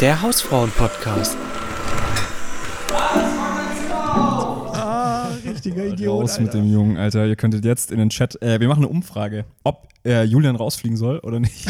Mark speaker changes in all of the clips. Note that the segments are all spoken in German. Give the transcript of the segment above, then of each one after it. Speaker 1: der Hausfrauen-Podcast.
Speaker 2: Ah, richtiger Idiot.
Speaker 3: Raus mit
Speaker 2: Alter.
Speaker 3: dem Jungen, Alter. Ihr könntet jetzt in den Chat. Äh, wir machen eine Umfrage, ob äh, Julian rausfliegen soll oder nicht.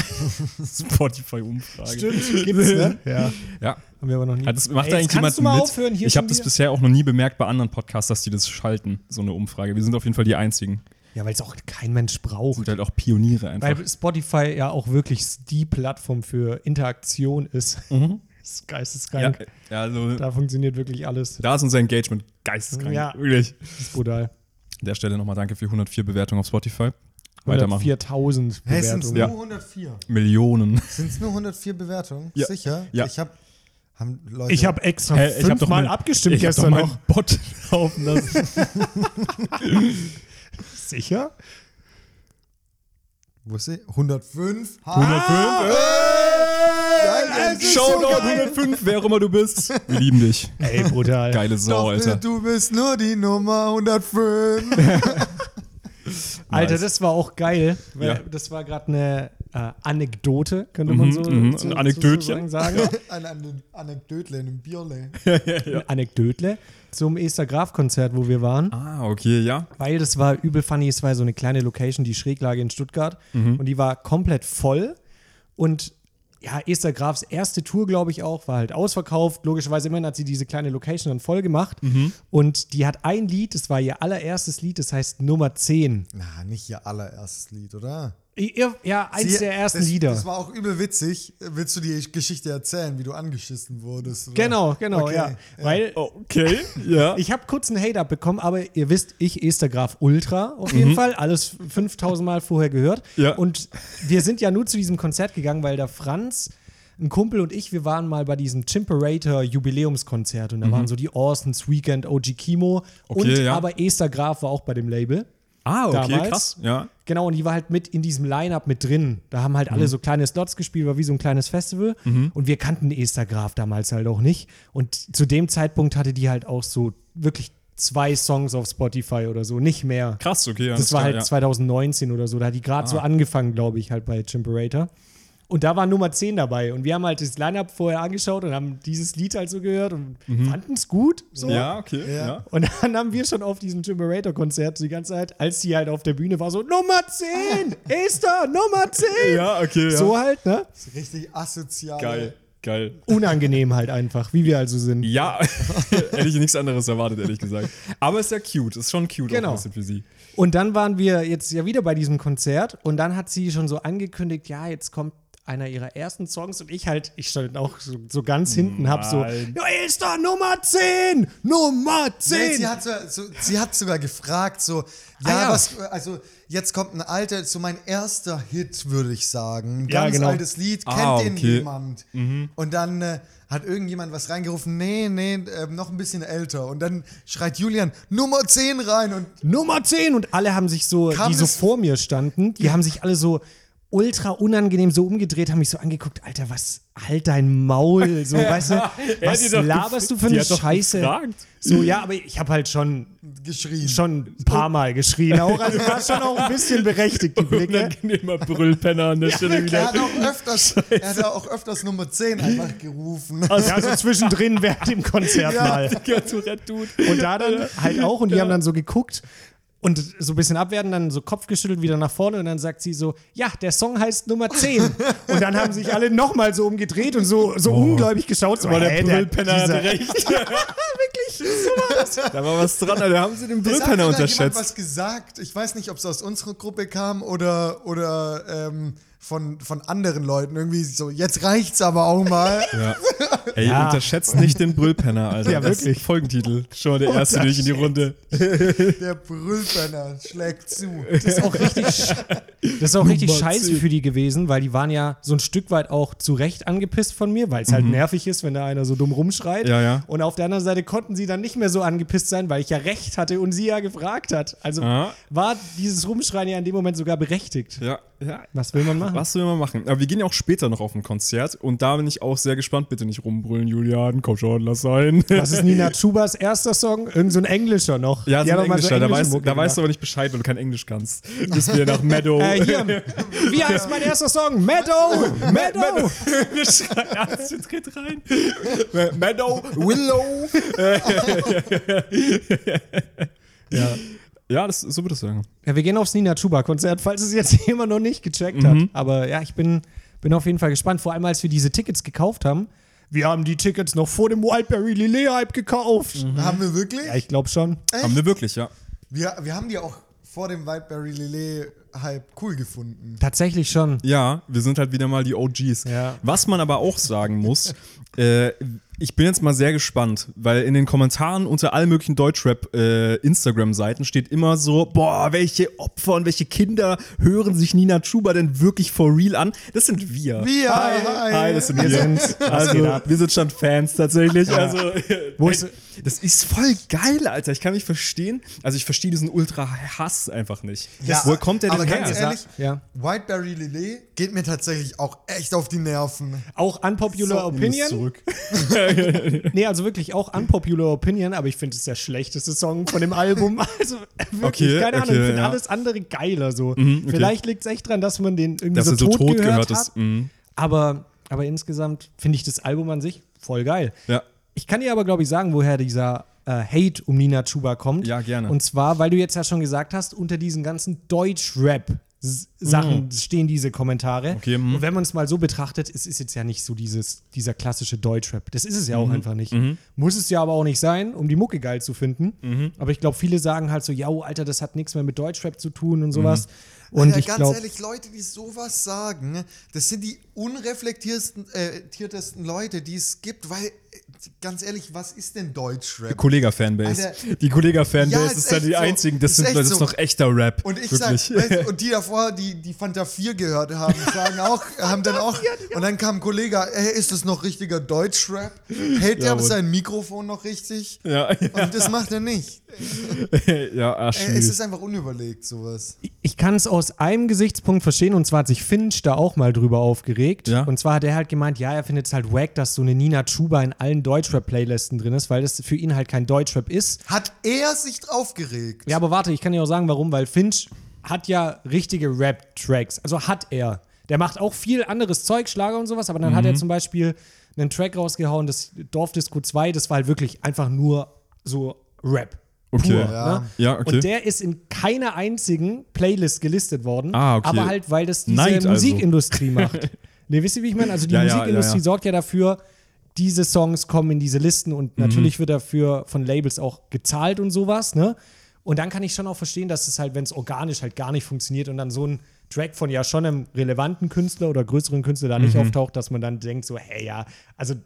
Speaker 3: Spotify-Umfrage.
Speaker 2: Stimmt, gibt's, ne? Ja.
Speaker 3: Ja.
Speaker 2: Haben wir aber noch nie.
Speaker 3: Hat das, macht
Speaker 2: Ey,
Speaker 3: da
Speaker 2: jetzt
Speaker 3: eigentlich jemand
Speaker 2: kannst du mal
Speaker 3: mit?
Speaker 2: aufhören hier
Speaker 3: ich
Speaker 2: schon
Speaker 3: habe das
Speaker 2: wieder?
Speaker 3: bisher auch noch nie bemerkt bei anderen Podcasts, dass die das schalten, so eine Umfrage. Wir sind auf jeden Fall die Einzigen.
Speaker 2: Ja, weil es auch kein Mensch
Speaker 3: Sind
Speaker 2: braucht.
Speaker 3: halt auch Pioniere einfach.
Speaker 2: Weil Spotify ja auch wirklich die Plattform für Interaktion ist. Das ist
Speaker 3: Mhm. ja,
Speaker 2: geisteskrank.
Speaker 3: ja, also da,
Speaker 2: Da funktioniert wirklich alles.
Speaker 3: ist unser Engagement geisteskrank.
Speaker 2: Ja.
Speaker 3: Wirklich.
Speaker 2: Das ist brutal.
Speaker 3: An der Stelle nochmal danke für 104 Bewertungen auf Spotify. Weitermachen.
Speaker 2: 104.000
Speaker 4: Hey, sind
Speaker 2: Bewertungen.
Speaker 4: es nur
Speaker 3: Ja.
Speaker 4: 104?
Speaker 3: Millionen.
Speaker 4: Sind es nur 104 Bewertungen?
Speaker 3: Ja.
Speaker 4: Sicher?
Speaker 3: Ja.
Speaker 4: Ich habe haben Leute.
Speaker 2: Ich habe extra
Speaker 3: Also Hä, ich hab doch
Speaker 2: fünfmal
Speaker 3: mein-
Speaker 2: abgestimmt
Speaker 3: ich hab doch
Speaker 2: gestern
Speaker 3: meinen
Speaker 2: noch.
Speaker 3: Bot laufen lassen.
Speaker 2: Sicher?
Speaker 4: Wo ist sie? 105?
Speaker 2: Ah!
Speaker 3: 105?
Speaker 4: Danke.
Speaker 3: Shoutout 105, wer auch immer du bist. Wir lieben dich.
Speaker 2: Ey, brutal.
Speaker 3: Geile Sau,
Speaker 2: äh,
Speaker 4: Doch,
Speaker 3: Alter.
Speaker 4: Du bist nur die Nummer 105.
Speaker 2: Alter,
Speaker 3: Nice.
Speaker 2: das war auch geil. Weil
Speaker 3: Ja.
Speaker 2: Das war gerade eine äh, Anekdote, könnte man so,
Speaker 3: mhm,
Speaker 2: so
Speaker 3: ein Anekdötchen.
Speaker 2: sozusagen sagen.
Speaker 4: An, an den Anekdötlein im Bierlein.
Speaker 2: Eine Anekdötle zum Esther Graf-Konzert, wo wir waren.
Speaker 3: Ah, okay, ja.
Speaker 2: Weil das war übel funny. Es war so eine kleine Location, die Schräglage in Stuttgart.
Speaker 4: Mhm.
Speaker 2: Und die war komplett voll. Und ja, Esther Grafs erste Tour, glaube ich auch, war halt ausverkauft. Logischerweise immerhin hat sie diese kleine Location dann voll gemacht.
Speaker 4: Mhm.
Speaker 2: Und die hat ein Lied, das war ihr allererstes Lied, das heißt Nummer 10.
Speaker 4: Na, nicht ihr allererstes Lied, oder?
Speaker 2: Ihr, ja, eins
Speaker 4: Sie-
Speaker 2: der ersten
Speaker 4: das,
Speaker 2: Lieder.
Speaker 4: Das war auch übel witzig. Willst du die Geschichte erzählen, wie du angeschissen wurdest? oder?
Speaker 2: genau, genau,
Speaker 4: Okay.
Speaker 2: ja. Weil
Speaker 3: Okay, ja.
Speaker 2: Ich habe kurz einen Hate-Up bekommen, aber ihr wisst, ich Esther Graf Ultra auf jeden Fall. Alles 5000 Mal vorher gehört.
Speaker 3: Mhm. Ja.
Speaker 2: Und wir sind ja nur zu diesem Konzert gegangen, weil der Franz, ein Kumpel und ich, wir waren mal bei diesem Chimperator Jubiläumskonzert und da waren so die Orsons, Weekend, OG Kimo und
Speaker 3: Mhm. Okay, ja.
Speaker 2: aber Esther Graf war auch bei dem Label.
Speaker 3: ah, okay,
Speaker 2: damals-
Speaker 3: krass. Ja.
Speaker 2: Genau, und die war halt mit in diesem Line-Up mit drin. Da haben halt
Speaker 3: Mhm.
Speaker 2: alle so kleine Slots gespielt, war wie so ein kleines Festival. Und wir kannten Esther Graf damals halt auch nicht. Und zu dem Zeitpunkt hatte die halt auch so wirklich zwei Songs auf Spotify oder so, nicht mehr.
Speaker 3: Krass, okay.
Speaker 2: Das war halt 2019 oder so. Da hat die gerade
Speaker 3: Ah.
Speaker 2: so angefangen, glaube ich, halt bei Chimperator. Und da war Nummer 10 dabei. Und wir haben halt das Line-Up vorher angeschaut und haben dieses Lied halt so gehört und fanden es gut. So.
Speaker 3: Mhm. Ja, okay. Ja.
Speaker 4: Ja.
Speaker 2: Und dann haben wir schon auf diesem Chimperator-Konzert die ganze Zeit, als die halt auf der Bühne war, so Nummer 10! Esther, Nummer 10!
Speaker 3: Ja, okay, ja.
Speaker 2: So halt, ne?
Speaker 4: Das ist richtig asozial.
Speaker 3: Geil, geil.
Speaker 2: Unangenehm halt einfach, wie wir also sind.
Speaker 3: Ja, hätte ich nichts anderes erwartet, ehrlich gesagt. Aber ist ja cute, ist schon cute
Speaker 2: Genau.
Speaker 3: auch ein bisschen für sie.
Speaker 2: Und dann waren wir jetzt ja wieder bei diesem Konzert und dann hat sie schon so angekündigt, ja, jetzt kommt einer ihrer ersten Songs und ich halt, ich stand auch so, so ganz hinten, hab so,
Speaker 3: Nein.
Speaker 2: ja, Esther, Nummer 10! Nummer 10!
Speaker 4: Nee, sie, hat so, so, sie hat sogar gefragt, so, ja,
Speaker 2: Ah, ja.
Speaker 4: was, also jetzt kommt ein alter, so mein erster Hit, würde ich sagen. Ein
Speaker 2: Ja,
Speaker 4: ganz
Speaker 2: genau. Mhm.
Speaker 4: altes Lied, kennt
Speaker 3: Ah,
Speaker 4: den
Speaker 3: okay.
Speaker 4: jemand? Und dann äh, hat irgendjemand was reingerufen, nee, nee, äh, noch ein bisschen älter. Und dann schreit Julian Nummer 10 rein und
Speaker 2: Nummer 10 und alle haben sich so,
Speaker 4: Kam
Speaker 2: die so
Speaker 4: es-
Speaker 2: vor mir standen, die haben sich alle so ultra unangenehm so umgedreht, haben mich so angeguckt, Alter, was, halt dein Maul, so, weißt du,
Speaker 3: Er hat
Speaker 2: was
Speaker 3: die doch
Speaker 2: laberst du für
Speaker 3: gef- die
Speaker 2: eine
Speaker 3: hat doch
Speaker 2: Scheiße?
Speaker 3: gefragt.
Speaker 2: So, ja, aber ich habe halt schon,
Speaker 4: geschrien.
Speaker 2: schon ein paar Mal geschrien, auch, also war schon auch ein bisschen berechtigt, die Blicke.
Speaker 3: Unangenehmer Brüllpenner an der Stelle
Speaker 4: Er
Speaker 3: wieder.
Speaker 4: hat, auch öfters, er hat auch öfters Nummer 10 einfach gerufen.
Speaker 2: Ja, so zwischendrin während dem Konzert mal.
Speaker 3: Ja, Tourette, Dude.
Speaker 2: Und da dann halt auch, und die haben dann so geguckt und so ein bisschen abwerten, dann so Kopf geschüttelt wieder nach vorne und dann sagt sie so, ja, der Song heißt Nummer 10. Und dann haben sich alle nochmal so umgedreht und so, so ungläubig geschaut. So,
Speaker 3: Aber der
Speaker 2: hä,
Speaker 3: Brüllpenner
Speaker 2: dieser-
Speaker 3: hat recht.
Speaker 2: Wirklich, so war das.
Speaker 3: Da war was dran, da haben sie den
Speaker 4: Es hat
Speaker 3: Brüllpenner
Speaker 4: sogar jemand
Speaker 3: unterschätzt.
Speaker 4: was gesagt. Ich weiß nicht, ob es aus unserer Gruppe kam oder, oder ähm, von, von anderen Leuten. Irgendwie so, jetzt reicht's aber auch mal.
Speaker 3: Ja. Ey,
Speaker 2: Ja.
Speaker 3: unterschätzt nicht den Brüllpenner, Alter.
Speaker 2: Ja,
Speaker 3: Das ist
Speaker 2: wirklich.
Speaker 3: Folgentitel. Schon mal der erste durch in die Runde.
Speaker 4: Der Brüllpenner schlägt zu.
Speaker 2: Das ist auch richtig, sch- das ist auch richtig
Speaker 3: Nummer
Speaker 2: scheiße
Speaker 3: 10.
Speaker 2: für die gewesen, weil die waren ja so ein Stück weit auch zu Recht angepisst von mir, weil es halt nervig ist, wenn da einer so dumm rumschreit.
Speaker 3: Mhm. Ja, ja.
Speaker 2: Und auf der anderen Seite konnten sie dann nicht mehr so angepisst sein, weil ich ja recht hatte und sie ja gefragt hat. Also
Speaker 3: Ah.
Speaker 2: war dieses Rumschreien ja in dem Moment sogar berechtigt.
Speaker 3: Ja, Ja.
Speaker 2: Was will man machen?
Speaker 3: Was will man machen? Aber wir gehen ja auch später noch auf ein Konzert und da bin ich auch sehr gespannt. Bitte nicht rumbrüllen, Julian. Komm schon, lass sein.
Speaker 2: Das ist Nina Schubers erster Song, irgend so ein englischer noch.
Speaker 3: Ja,
Speaker 2: Die
Speaker 3: so
Speaker 2: hat
Speaker 3: ein
Speaker 2: doch mal
Speaker 3: Englischer.
Speaker 2: so
Speaker 3: da
Speaker 2: englischen
Speaker 3: weißt,
Speaker 2: Mucke
Speaker 3: da weißt du
Speaker 2: gemacht.
Speaker 3: aber nicht Bescheid, weil du kein Englisch kannst. Bis wir nach Meadow.
Speaker 2: Äh, hier. Wie heißt mein erster Song? Meadow! Meadow!
Speaker 3: wir schreien, alles wir tritt rein.
Speaker 4: Meadow, Willow.
Speaker 3: Mhm. Ja, ja das, so würde ich sagen.
Speaker 2: Ja, wir gehen aufs Nina Chuba-Konzert, falls es jetzt jemand noch nicht gecheckt
Speaker 3: Mhm.
Speaker 2: hat. Aber ja, ich bin, bin auf jeden Fall gespannt. Vor allem, als wir diese Tickets gekauft haben. Wir haben die Tickets noch vor dem Wildberry Lillet-Hype gekauft.
Speaker 3: Mhm.
Speaker 4: Haben wir wirklich?
Speaker 2: Ja, ich glaube schon.
Speaker 3: Haben wir wirklich, ja.
Speaker 4: Wir, wir haben die auch vor dem Wildberry Lillet-Hype cool gefunden.
Speaker 2: Tatsächlich schon.
Speaker 3: Ja, wir sind halt wieder mal die OGs.
Speaker 2: Ja.
Speaker 3: Was man aber auch sagen muss, äh, ich bin jetzt mal sehr gespannt, weil in den Kommentaren unter allen möglichen Deutschrap-Instagram-Seiten steht immer so, boah, welche Opfer und welche Kinder hören sich Nina Chuba denn wirklich for real an? Das sind wir.
Speaker 4: Wir,
Speaker 3: Hi, hi, das sind wir.
Speaker 2: sind's. Was geht
Speaker 3: Also,
Speaker 2: ab?
Speaker 3: wir sind schon Fans tatsächlich. Also,
Speaker 2: Wo
Speaker 3: ey,
Speaker 2: ist-
Speaker 3: das ist voll geil, Alter. Ich kann nicht verstehen. Also, ich verstehe diesen Ultra-Hass einfach nicht. Woher kommt der denn
Speaker 4: aber
Speaker 3: her?
Speaker 4: ganz ehrlich,
Speaker 2: Ja.
Speaker 4: Wildberry Lillet geht mir tatsächlich auch echt auf die Nerven.
Speaker 2: Auch unpopular
Speaker 4: So,
Speaker 3: Nimm es
Speaker 2: Opinion.
Speaker 3: zurück.
Speaker 2: Nee, also wirklich auch Unpopular Opinion, aber ich finde es der schlechteste Song von dem Album. Also wirklich,
Speaker 3: Okay,
Speaker 2: keine Ahnung,
Speaker 3: okay,
Speaker 2: ich finde
Speaker 3: ja. Mhm,
Speaker 2: alles andere geiler so. Vielleicht liegt es echt dran, dass man den irgendwie
Speaker 3: Dass
Speaker 2: so,
Speaker 3: er so
Speaker 2: tot,
Speaker 3: tot
Speaker 2: gehört,
Speaker 3: gehört ist,
Speaker 2: hat.
Speaker 3: mhm.
Speaker 2: Aber, aber insgesamt finde ich das Album an sich voll geil.
Speaker 3: Ja.
Speaker 2: Ich kann dir aber, glaube ich, sagen, woher dieser äh, Hate um Nina Chuba kommt.
Speaker 3: Ja, gerne.
Speaker 2: Und zwar, weil du jetzt ja schon gesagt hast, unter diesen ganzen Deutsch-Rap. Sachen stehen diese Kommentare.
Speaker 3: Mhm. Okay, mhm.
Speaker 2: Und wenn man es mal so betrachtet, es ist jetzt ja nicht so dieses, dieser klassische Deutschrap. Das ist es ja auch
Speaker 3: Mhm.
Speaker 2: einfach nicht. Muss es ja aber auch nicht sein, um die Mucke geil zu finden.
Speaker 3: Mhm.
Speaker 2: Aber ich glaube, viele sagen halt so, ja, Alter, das hat nichts mehr mit Deutschrap zu tun
Speaker 3: Mhm.
Speaker 2: und sowas. Und
Speaker 4: ja,
Speaker 2: ich
Speaker 4: ganz
Speaker 2: glaube,
Speaker 4: ehrlich, Leute, die sowas sagen, das sind die unreflektiertesten äh, tiertesten Leute, die es gibt, weil, äh, ganz ehrlich, was ist denn Deutschrap?
Speaker 3: Kollega-Fanbase.
Speaker 4: Alter.
Speaker 3: die Kollega-Fanbase
Speaker 4: Ja, ist
Speaker 3: ist dann
Speaker 4: echt
Speaker 3: die
Speaker 4: so.
Speaker 3: einzigen, das,
Speaker 4: Ist
Speaker 3: sind,
Speaker 4: echt
Speaker 3: das ist
Speaker 4: so.
Speaker 3: noch echter Rap.
Speaker 4: Und ich sag,
Speaker 3: Wirklich.
Speaker 4: weißt, und die davor, die, die Fanta 4 gehört haben, sagen auch, haben dann auch, und dann kam ein Kollege, ey, ist das noch richtiger Deutschrap? Hält
Speaker 3: Ja,
Speaker 4: der
Speaker 3: wohl.
Speaker 4: sein Mikrofon noch richtig?
Speaker 3: ja,
Speaker 4: Und das macht er nicht.
Speaker 3: ja, ah,
Speaker 4: Ey, es
Speaker 3: schwierig.
Speaker 4: ist einfach unüberlegt, sowas.
Speaker 2: ich kann es aus einem Gesichtspunkt verstehen und zwar hat sich Finch da auch mal drüber aufgeregt.
Speaker 3: Ja.
Speaker 2: Und zwar hat er halt gemeint, ja, er findet es halt wack, dass so eine Nina Chuba in allen Deutschrap-Playlisten drin ist, weil das für ihn halt kein Deutschrap ist.
Speaker 4: Hat er sich draufgeregt?
Speaker 2: Ja, aber warte, ich kann dir auch sagen, warum, weil Finch hat ja richtige Rap-Tracks. Also hat er. Der macht auch viel anderes Zeug, Schlager und sowas, aber dann
Speaker 3: Mhm.
Speaker 2: hat er zum Beispiel einen Track rausgehauen, das Dorfdisco 2, das war halt wirklich einfach nur so Rap.
Speaker 3: Okay.
Speaker 2: Pur,
Speaker 3: Ja.
Speaker 2: ne?
Speaker 3: Ja, okay.
Speaker 2: Und der ist in keiner einzigen Playlist gelistet worden.
Speaker 3: Ah, okay.
Speaker 2: Aber halt, weil das diese
Speaker 3: Neid also.
Speaker 2: Musikindustrie macht. Nee, wisst ihr, wie ich meine? Also die
Speaker 3: Ja, ja,
Speaker 2: Musikindustrie
Speaker 3: ja, ja.
Speaker 2: sorgt ja dafür, diese Songs kommen in diese Listen und
Speaker 3: Mhm.
Speaker 2: natürlich wird dafür von Labels auch gezahlt und sowas, ne? Und dann kann ich schon auch verstehen, dass es halt, wenn es organisch halt gar nicht funktioniert und dann so ein Track von ja schon einem relevanten Künstler oder größeren Künstler da
Speaker 3: Mhm.
Speaker 2: nicht auftaucht, dass man dann denkt so, hey, ja, also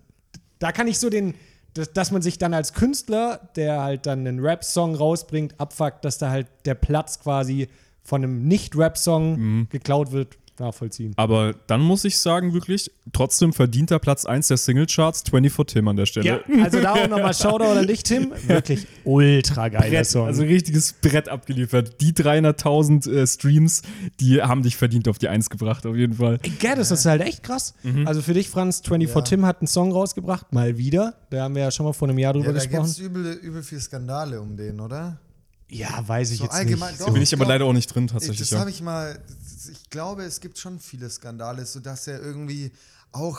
Speaker 2: da kann ich so den, dass, dass man sich dann als Künstler, der halt dann einen Rap-Song rausbringt, abfuckt, dass da halt der Platz quasi von einem Nicht-Rap-Song
Speaker 3: Mhm.
Speaker 2: geklaut wird, nachvollziehen.
Speaker 3: Aber dann muss ich sagen, wirklich, trotzdem verdienter Platz 1 der Singlecharts, 24 Tim an der Stelle.
Speaker 2: Ja, also da auch nochmal Shoutout an dich, Tim. Wirklich ultra geiler
Speaker 3: Brett,
Speaker 2: Song.
Speaker 3: also ein richtiges Brett abgeliefert. Die 300.000 äh, Streams, die haben dich verdient auf die 1 gebracht, auf jeden Fall.
Speaker 2: Gell, das ist halt echt krass. Also für dich, Franz, 24 Tim hat einen Song rausgebracht, mal wieder. Da haben wir ja schon mal vor einem Jahr drüber
Speaker 4: Ja, da gibt es
Speaker 2: gesprochen.
Speaker 4: übel, übel viel Skandale um den, oder?
Speaker 2: Ja, weiß ich
Speaker 4: So
Speaker 2: jetzt
Speaker 4: allgemein-
Speaker 2: nicht.
Speaker 4: doch,
Speaker 2: So-
Speaker 3: Bin ich aber
Speaker 4: glaub-
Speaker 3: leider auch nicht drin,
Speaker 4: Ey,
Speaker 3: tatsächlich.
Speaker 4: Das
Speaker 3: ja.
Speaker 4: habe ich mal. Ich glaube, es gibt schon viele Skandale, sodass er irgendwie auch.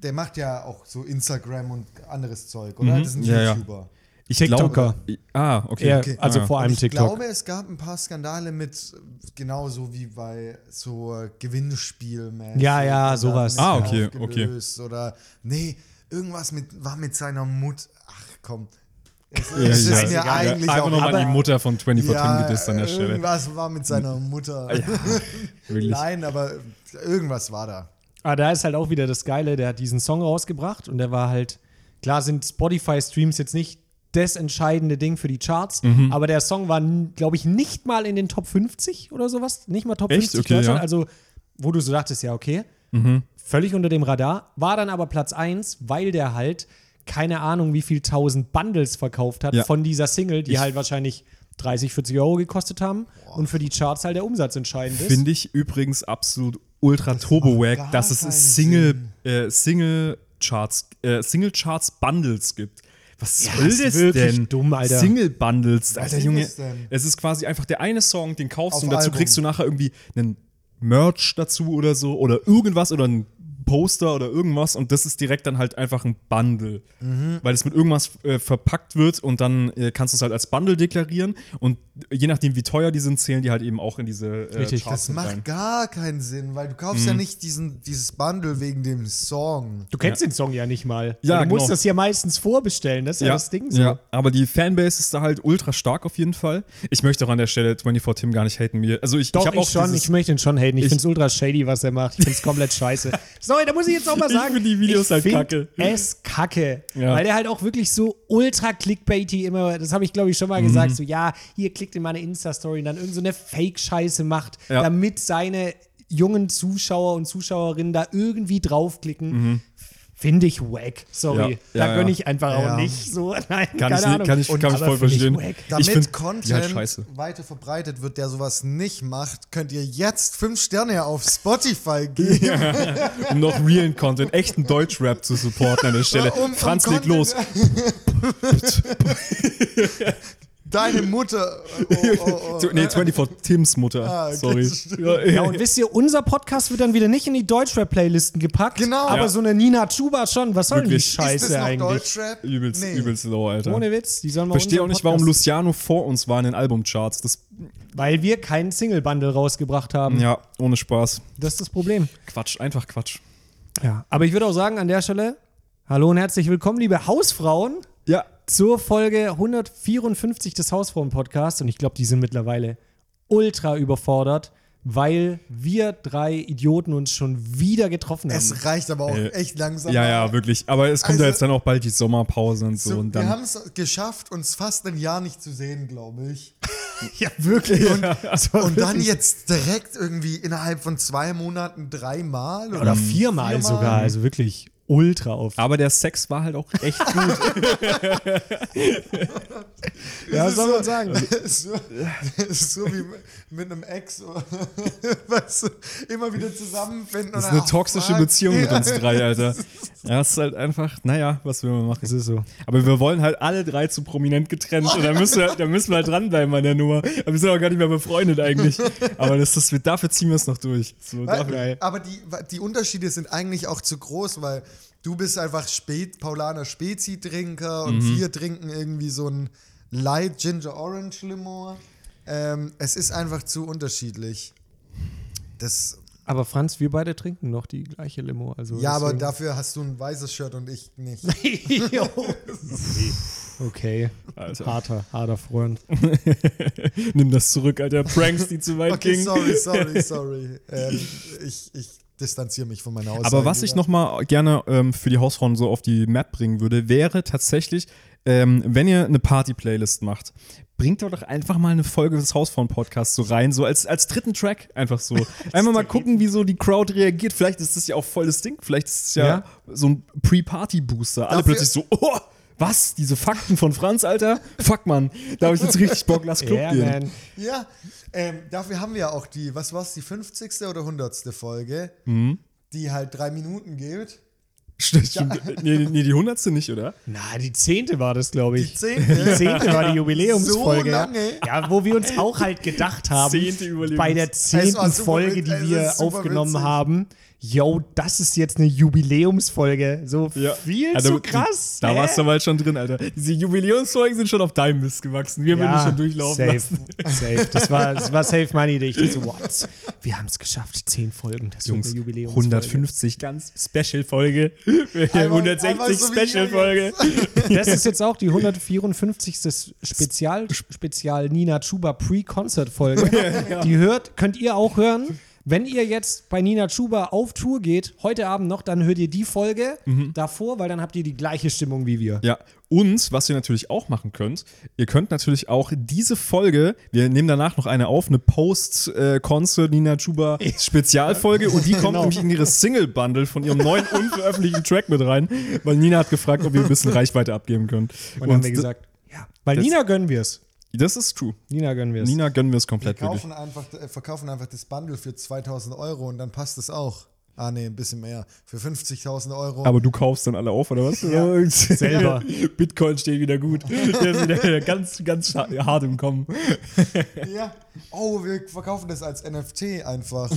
Speaker 4: Der macht ja auch so Instagram und anderes Zeug, oder? Das ist ein
Speaker 3: Mhm. Ja, ja.
Speaker 4: YouTuber.
Speaker 3: ich
Speaker 2: TikToker.
Speaker 3: Glaub, ah, okay.
Speaker 2: Ja,
Speaker 4: okay.
Speaker 2: Also
Speaker 3: Ah.
Speaker 2: vor allem
Speaker 4: ich
Speaker 2: TikTok.
Speaker 4: glaube, es gab ein paar Skandale mit, äh, genauso wie bei so äh, Gewinnspielen.
Speaker 2: Ja, ja, sowas.
Speaker 3: Ah, okay,
Speaker 4: Oder, nee, irgendwas mit, war mit seiner Mutter. Ach komm. Es,
Speaker 3: Ja,
Speaker 4: es
Speaker 3: ja.
Speaker 4: ist mir eigentlich
Speaker 3: Einfach
Speaker 4: auch
Speaker 3: nochmal die
Speaker 4: egal.
Speaker 3: Mutter von 24 Tim
Speaker 4: Ja, äh,
Speaker 3: gedisst an der Stelle. Ah,
Speaker 4: irgendwas war mit seiner Mutter.
Speaker 3: Wirklich.
Speaker 4: Nein, aber irgendwas war da.
Speaker 2: Aber da ist halt auch wieder das Geile, der hat diesen Song rausgebracht und der war halt, klar sind Spotify-Streams jetzt nicht das entscheidende Ding für die Charts,
Speaker 3: Mhm.
Speaker 2: aber der Song war, glaube ich, nicht mal in den Top 50 oder sowas, nicht mal Top
Speaker 3: Echt?
Speaker 2: 50
Speaker 3: Okay,
Speaker 2: Deutschland,
Speaker 3: ja. Mhm.
Speaker 2: also wo du so dachtest, ja, okay, völlig unter dem Radar, war dann aber Platz 1, weil der halt keine Ahnung, wie viel tausend Bundles verkauft hat
Speaker 3: Ja.
Speaker 2: von dieser Single, die
Speaker 3: Ich-
Speaker 2: halt wahrscheinlich 30, 40 Euro gekostet haben und für die Charts halt der Umsatz entscheidend ist.
Speaker 3: Finde ich übrigens absolut ultra turbo wack,
Speaker 4: gar
Speaker 3: dass es
Speaker 4: keinen
Speaker 3: Single, äh, Single Charts, äh, Single Charts Bundles gibt. Was soll
Speaker 2: das ist
Speaker 3: das
Speaker 2: wirklich
Speaker 3: denn?
Speaker 2: dumm, Alter.
Speaker 3: Single Bundles, Alter
Speaker 4: ist
Speaker 3: Junge.
Speaker 4: das denn?
Speaker 3: Es ist quasi einfach der eine Song, den kaufst
Speaker 4: Auf
Speaker 3: du und dazu
Speaker 4: Album.
Speaker 3: kriegst du nachher irgendwie einen Merch dazu oder so oder irgendwas oder ein Poster oder irgendwas und das ist direkt dann halt einfach ein Bundle,
Speaker 4: Mhm.
Speaker 3: weil es mit irgendwas äh, verpackt wird und dann äh, kannst du es halt als Bundle deklarieren und je nachdem wie teuer die sind, zählen die halt eben auch in diese äh,
Speaker 2: Richtig.
Speaker 3: Charts
Speaker 4: Das
Speaker 3: mit
Speaker 4: macht
Speaker 3: rein.
Speaker 4: gar keinen Sinn, weil du kaufst
Speaker 3: Mhm.
Speaker 4: ja nicht diesen, dieses Bundle wegen dem Song.
Speaker 2: Du kennst den Song ja nicht mal.
Speaker 3: Ja,
Speaker 2: du musst
Speaker 3: genau.
Speaker 2: das ja meistens vorbestellen, das ist ja, das Ding so.
Speaker 3: ja, aber die Fanbase ist da halt ultra stark auf jeden Fall. Ich möchte auch an der Stelle 24 Tim gar nicht haten. Mir, also ich,
Speaker 2: Doch,
Speaker 3: ich
Speaker 2: ich,
Speaker 3: habe auch
Speaker 2: schon,
Speaker 3: dieses,
Speaker 2: ich möchte ihn schon haten. Ich,
Speaker 3: Ich-
Speaker 2: find's ultra shady, was er macht. Ich find's komplett scheiße. Sorry, da muss ich jetzt auch mal
Speaker 3: Ich
Speaker 2: sagen.
Speaker 3: find die Videos halt
Speaker 2: find
Speaker 3: kacke.
Speaker 2: Es kacke.
Speaker 3: Ja.
Speaker 2: Weil er halt auch wirklich so ultra clickbaity immer, das habe ich glaube ich schon mal gesagt, so ja, hier klickt in meine Insta-Story und dann irgend so eine Fake-Scheiße macht,
Speaker 3: Ja.
Speaker 2: damit seine jungen Zuschauer und Zuschauerinnen da irgendwie draufklicken. Finde ich wack. Sorry.
Speaker 3: Ja.
Speaker 2: Da
Speaker 3: Ja,
Speaker 2: gönn
Speaker 3: ja.
Speaker 2: ich einfach
Speaker 4: Ja.
Speaker 2: auch nicht so. Nein,
Speaker 3: kann
Speaker 2: keine
Speaker 3: ich,
Speaker 2: Ahnung.
Speaker 3: kann ich, kann
Speaker 2: Und-
Speaker 3: ich
Speaker 2: aber
Speaker 3: voll
Speaker 2: find
Speaker 3: verstehen.
Speaker 2: wack.
Speaker 3: ich
Speaker 4: Damit
Speaker 3: find die halt
Speaker 4: Content
Speaker 3: scheiße.
Speaker 4: weiter verbreitet wird, der sowas nicht macht, könnt ihr jetzt fünf Sterne auf Spotify geben.
Speaker 3: um noch realen Content, echten Deutschrap zu supporten an der Stelle.
Speaker 4: Um- um
Speaker 3: Franz, leg
Speaker 4: Content-
Speaker 3: los.
Speaker 4: Deine Mutter. Oh, oh, oh.
Speaker 3: Zu- Nee, 24 Tims Mutter.
Speaker 4: Ah,
Speaker 3: Sorry.
Speaker 4: das
Speaker 3: Ja,
Speaker 2: Ja, und wisst ihr, unser Podcast wird dann wieder nicht in die Deutschrap-Playlisten gepackt.
Speaker 4: Genau.
Speaker 2: Aber
Speaker 3: Ja.
Speaker 2: so eine Nina Chuba schon. Was soll denn die
Speaker 3: Wirklich.
Speaker 2: Scheiße
Speaker 4: ist das noch
Speaker 2: eigentlich?
Speaker 4: Deutschrap?
Speaker 3: übelst,
Speaker 4: Nee.
Speaker 3: übelst low, Alter.
Speaker 2: Ohne Witz, die sollen wir
Speaker 3: Verstehe auch
Speaker 2: unseren
Speaker 3: nicht, warum
Speaker 2: Podcast-
Speaker 3: Luciano vor uns war in den Albumcharts. Das,
Speaker 2: Weil wir keinen Single-Bundle rausgebracht haben.
Speaker 3: ja, ohne Spaß.
Speaker 2: Das ist das Problem.
Speaker 3: Quatsch, einfach Quatsch.
Speaker 2: Ja. Aber ich würde auch sagen, an der Stelle, hallo und herzlich willkommen, liebe Hausfrauen,
Speaker 3: Ja,
Speaker 2: zur Folge 154 des Hausfrauen-Podcasts. Und ich glaube, die sind mittlerweile ultra überfordert, weil wir drei Idioten uns schon wieder getroffen haben.
Speaker 4: Es reicht aber auch
Speaker 3: Äh,
Speaker 4: echt langsam.
Speaker 3: ja, ja, wirklich. Aber es kommt ja
Speaker 4: Also-
Speaker 3: jetzt dann auch bald die Sommerpause und so.
Speaker 4: So,
Speaker 3: und
Speaker 4: wir
Speaker 3: dann
Speaker 4: haben es geschafft, uns fast ein Jahr nicht zu sehen, glaube ich.
Speaker 2: ja, wirklich. Und,
Speaker 3: also Oh,
Speaker 4: Und dann jetzt direkt irgendwie innerhalb von zwei Monaten dreimal oder,
Speaker 2: Oder viermal,
Speaker 4: viermal.
Speaker 2: sogar, also wirklich ultra oft.
Speaker 3: Aber der Sex war halt auch echt gut.
Speaker 2: Ja, was soll man sagen?
Speaker 4: so, das ist so wie mit einem Ex, weißt du, immer wieder zusammenfinden.
Speaker 3: Das ist
Speaker 4: und
Speaker 3: eine
Speaker 4: ach,
Speaker 3: toxische
Speaker 4: fuck.
Speaker 3: Beziehung mit
Speaker 4: Ja.
Speaker 3: uns drei, Alter. Ja, es ist halt einfach, naja, was will man machen?
Speaker 2: Es ist so.
Speaker 3: Aber wir wollen halt alle drei zu prominent getrennt und da müssen wir, da müssen wir halt dranbleiben an der Nummer. Aber wir sind auch gar nicht mehr befreundet eigentlich. Aber das ist, wir, dafür ziehen wir es noch durch.
Speaker 4: Äh,
Speaker 3: So, dafür,
Speaker 4: Weil, aber die, die Unterschiede sind eigentlich auch zu groß, weil du bist einfach Spät, Paulaner Spezi-Trinker und
Speaker 3: Mhm.
Speaker 4: wir trinken irgendwie so ein Light Ginger Orange Limo. Ähm, es ist einfach zu unterschiedlich. Das,
Speaker 2: Aber Franz, wir beide trinken noch die gleiche Limo. Also
Speaker 4: ja, aber dafür hast du ein weißes Shirt und ich nicht.
Speaker 2: okay,
Speaker 4: Also.
Speaker 3: Alter.
Speaker 2: harter, harter Freund.
Speaker 3: Nimm das zurück, Alter. Pranks, die zu weit
Speaker 4: Okay,
Speaker 3: gingen.
Speaker 4: sorry, sorry, sorry. ähm, ich ich distanziere mich von meiner Aussage.
Speaker 3: Aber was ich
Speaker 4: wieder.
Speaker 3: nochmal gerne ähm, für die Hausfrauen so auf die Map bringen würde, wäre tatsächlich, ähm, wenn ihr eine Party-Playlist macht, bringt doch doch einfach mal eine Folge des Hausfrauen-Podcasts so rein, so als, als dritten Track einfach so. Einmal mal gucken, wie so die Crowd reagiert. Vielleicht ist das ja auch voll das Ding. Vielleicht ist es ja,
Speaker 2: Ja.
Speaker 3: so ein Pre-Party-Booster. Alle
Speaker 4: Dafür-
Speaker 3: plötzlich so, oh, was? Diese Fakten von Franz, Alter? Fuck, Mann. Da habe ich jetzt richtig Bock, lass Club
Speaker 2: Yeah,
Speaker 3: gehen.
Speaker 2: man.
Speaker 4: Ja, ähm, dafür haben wir ja auch die, was war's, die 50. oder 100. Folge, die halt drei Minuten geht.
Speaker 3: Stimmt, stimmt. Nee, nee, die hundertste nicht, oder?
Speaker 2: Na, die zehnte war das, glaube ich.
Speaker 4: Die zehnte.
Speaker 2: Die zehnte war die Jubiläumsfolge.
Speaker 4: So lange?
Speaker 2: Ja, wo wir uns auch halt gedacht haben,
Speaker 3: Zehnte Überlebens-
Speaker 2: bei der zehnten
Speaker 4: Es war super
Speaker 2: Folge,
Speaker 4: witz-
Speaker 2: die
Speaker 4: es
Speaker 2: wir
Speaker 4: ist super
Speaker 2: aufgenommen
Speaker 4: witzig.
Speaker 2: haben, yo, das ist jetzt eine Jubiläumsfolge. So viel
Speaker 3: Also,
Speaker 2: zu krass.
Speaker 3: Da
Speaker 2: hä?
Speaker 3: warst du mal schon drin, Alter. Diese Jubiläumsfolgen sind schon auf deinem Mist gewachsen. Wir würden schon durchlaufen
Speaker 2: safe,
Speaker 3: lassen.
Speaker 2: Safe. Das war, das war safe meine Idee. Ich dachte so, what? Wir haben es geschafft. Zehn Folgen. Das Jungs, wird eine Jubiläumsfolge.
Speaker 3: 150 ganz Special-Folge.
Speaker 4: Einmal-
Speaker 3: 160
Speaker 4: einmal so wie
Speaker 3: Special-Folge.
Speaker 2: Das ist jetzt auch die 154. Spezial, Spezial Nina Chuba Pre-Concert-Folge. Die hört, könnt ihr auch hören. Wenn ihr jetzt bei Nina Chuba auf Tour geht, heute Abend noch, dann hört ihr die Folge
Speaker 3: Mhm.
Speaker 2: davor, weil dann habt ihr die gleiche Stimmung wie wir.
Speaker 3: Ja, und was ihr natürlich auch machen könnt, ihr könnt natürlich auch diese Folge, wir nehmen danach noch eine auf, eine Post-Concert Nina Chuba Spezialfolge und die kommt
Speaker 2: Genau.
Speaker 3: nämlich in ihre Single-Bundle von ihrem neuen unveröffentlichten Track mit rein, weil Nina hat gefragt, ob ihr ein bisschen Reichweite abgeben könnt.
Speaker 2: Und dann haben wir
Speaker 3: d-
Speaker 2: gesagt, ja, weil
Speaker 3: das-
Speaker 2: Nina gönnen wir es.
Speaker 3: Das ist true.
Speaker 2: Nina gönnen wir es.
Speaker 3: Nina gönnen wir es komplett wirklich.
Speaker 4: Kaufen einfach, äh, verkaufen einfach das Bundle für 2000 Euro und dann passt es auch. Ah, nee, ein bisschen mehr. Für 50.000 Euro.
Speaker 3: Aber du kaufst dann alle auf, oder was?
Speaker 2: selber.
Speaker 3: Bitcoin steht wieder gut. Der ist wieder ganz, ganz scha- hart im Kommen.
Speaker 4: ja. Oh, wir verkaufen das als NFT einfach.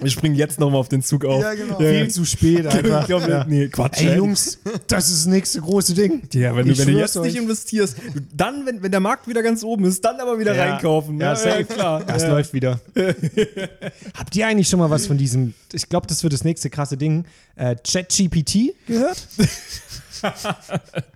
Speaker 3: Wir springen jetzt nochmal auf den Zug auf.
Speaker 4: Ja, genau.
Speaker 2: Viel zu spät einfach.
Speaker 3: Ich glaub,
Speaker 2: ja.
Speaker 3: Nee, Quatsch.
Speaker 2: Ey,
Speaker 3: ey.
Speaker 2: Jungs, das ist das nächste große Ding.
Speaker 3: Ja, wenn du,
Speaker 2: Ich
Speaker 3: wenn du
Speaker 2: schwör's
Speaker 3: jetzt nicht
Speaker 2: euch.
Speaker 3: investierst, dann, wenn, wenn der Markt wieder ganz oben ist, dann aber wieder reinkaufen. ne?
Speaker 2: Ja, safe.
Speaker 3: klar.
Speaker 2: Das läuft wieder. Habt ihr eigentlich schon mal was von diesem, ich glaube, das wird das nächste krasse Ding, äh, ChatGPT gehört?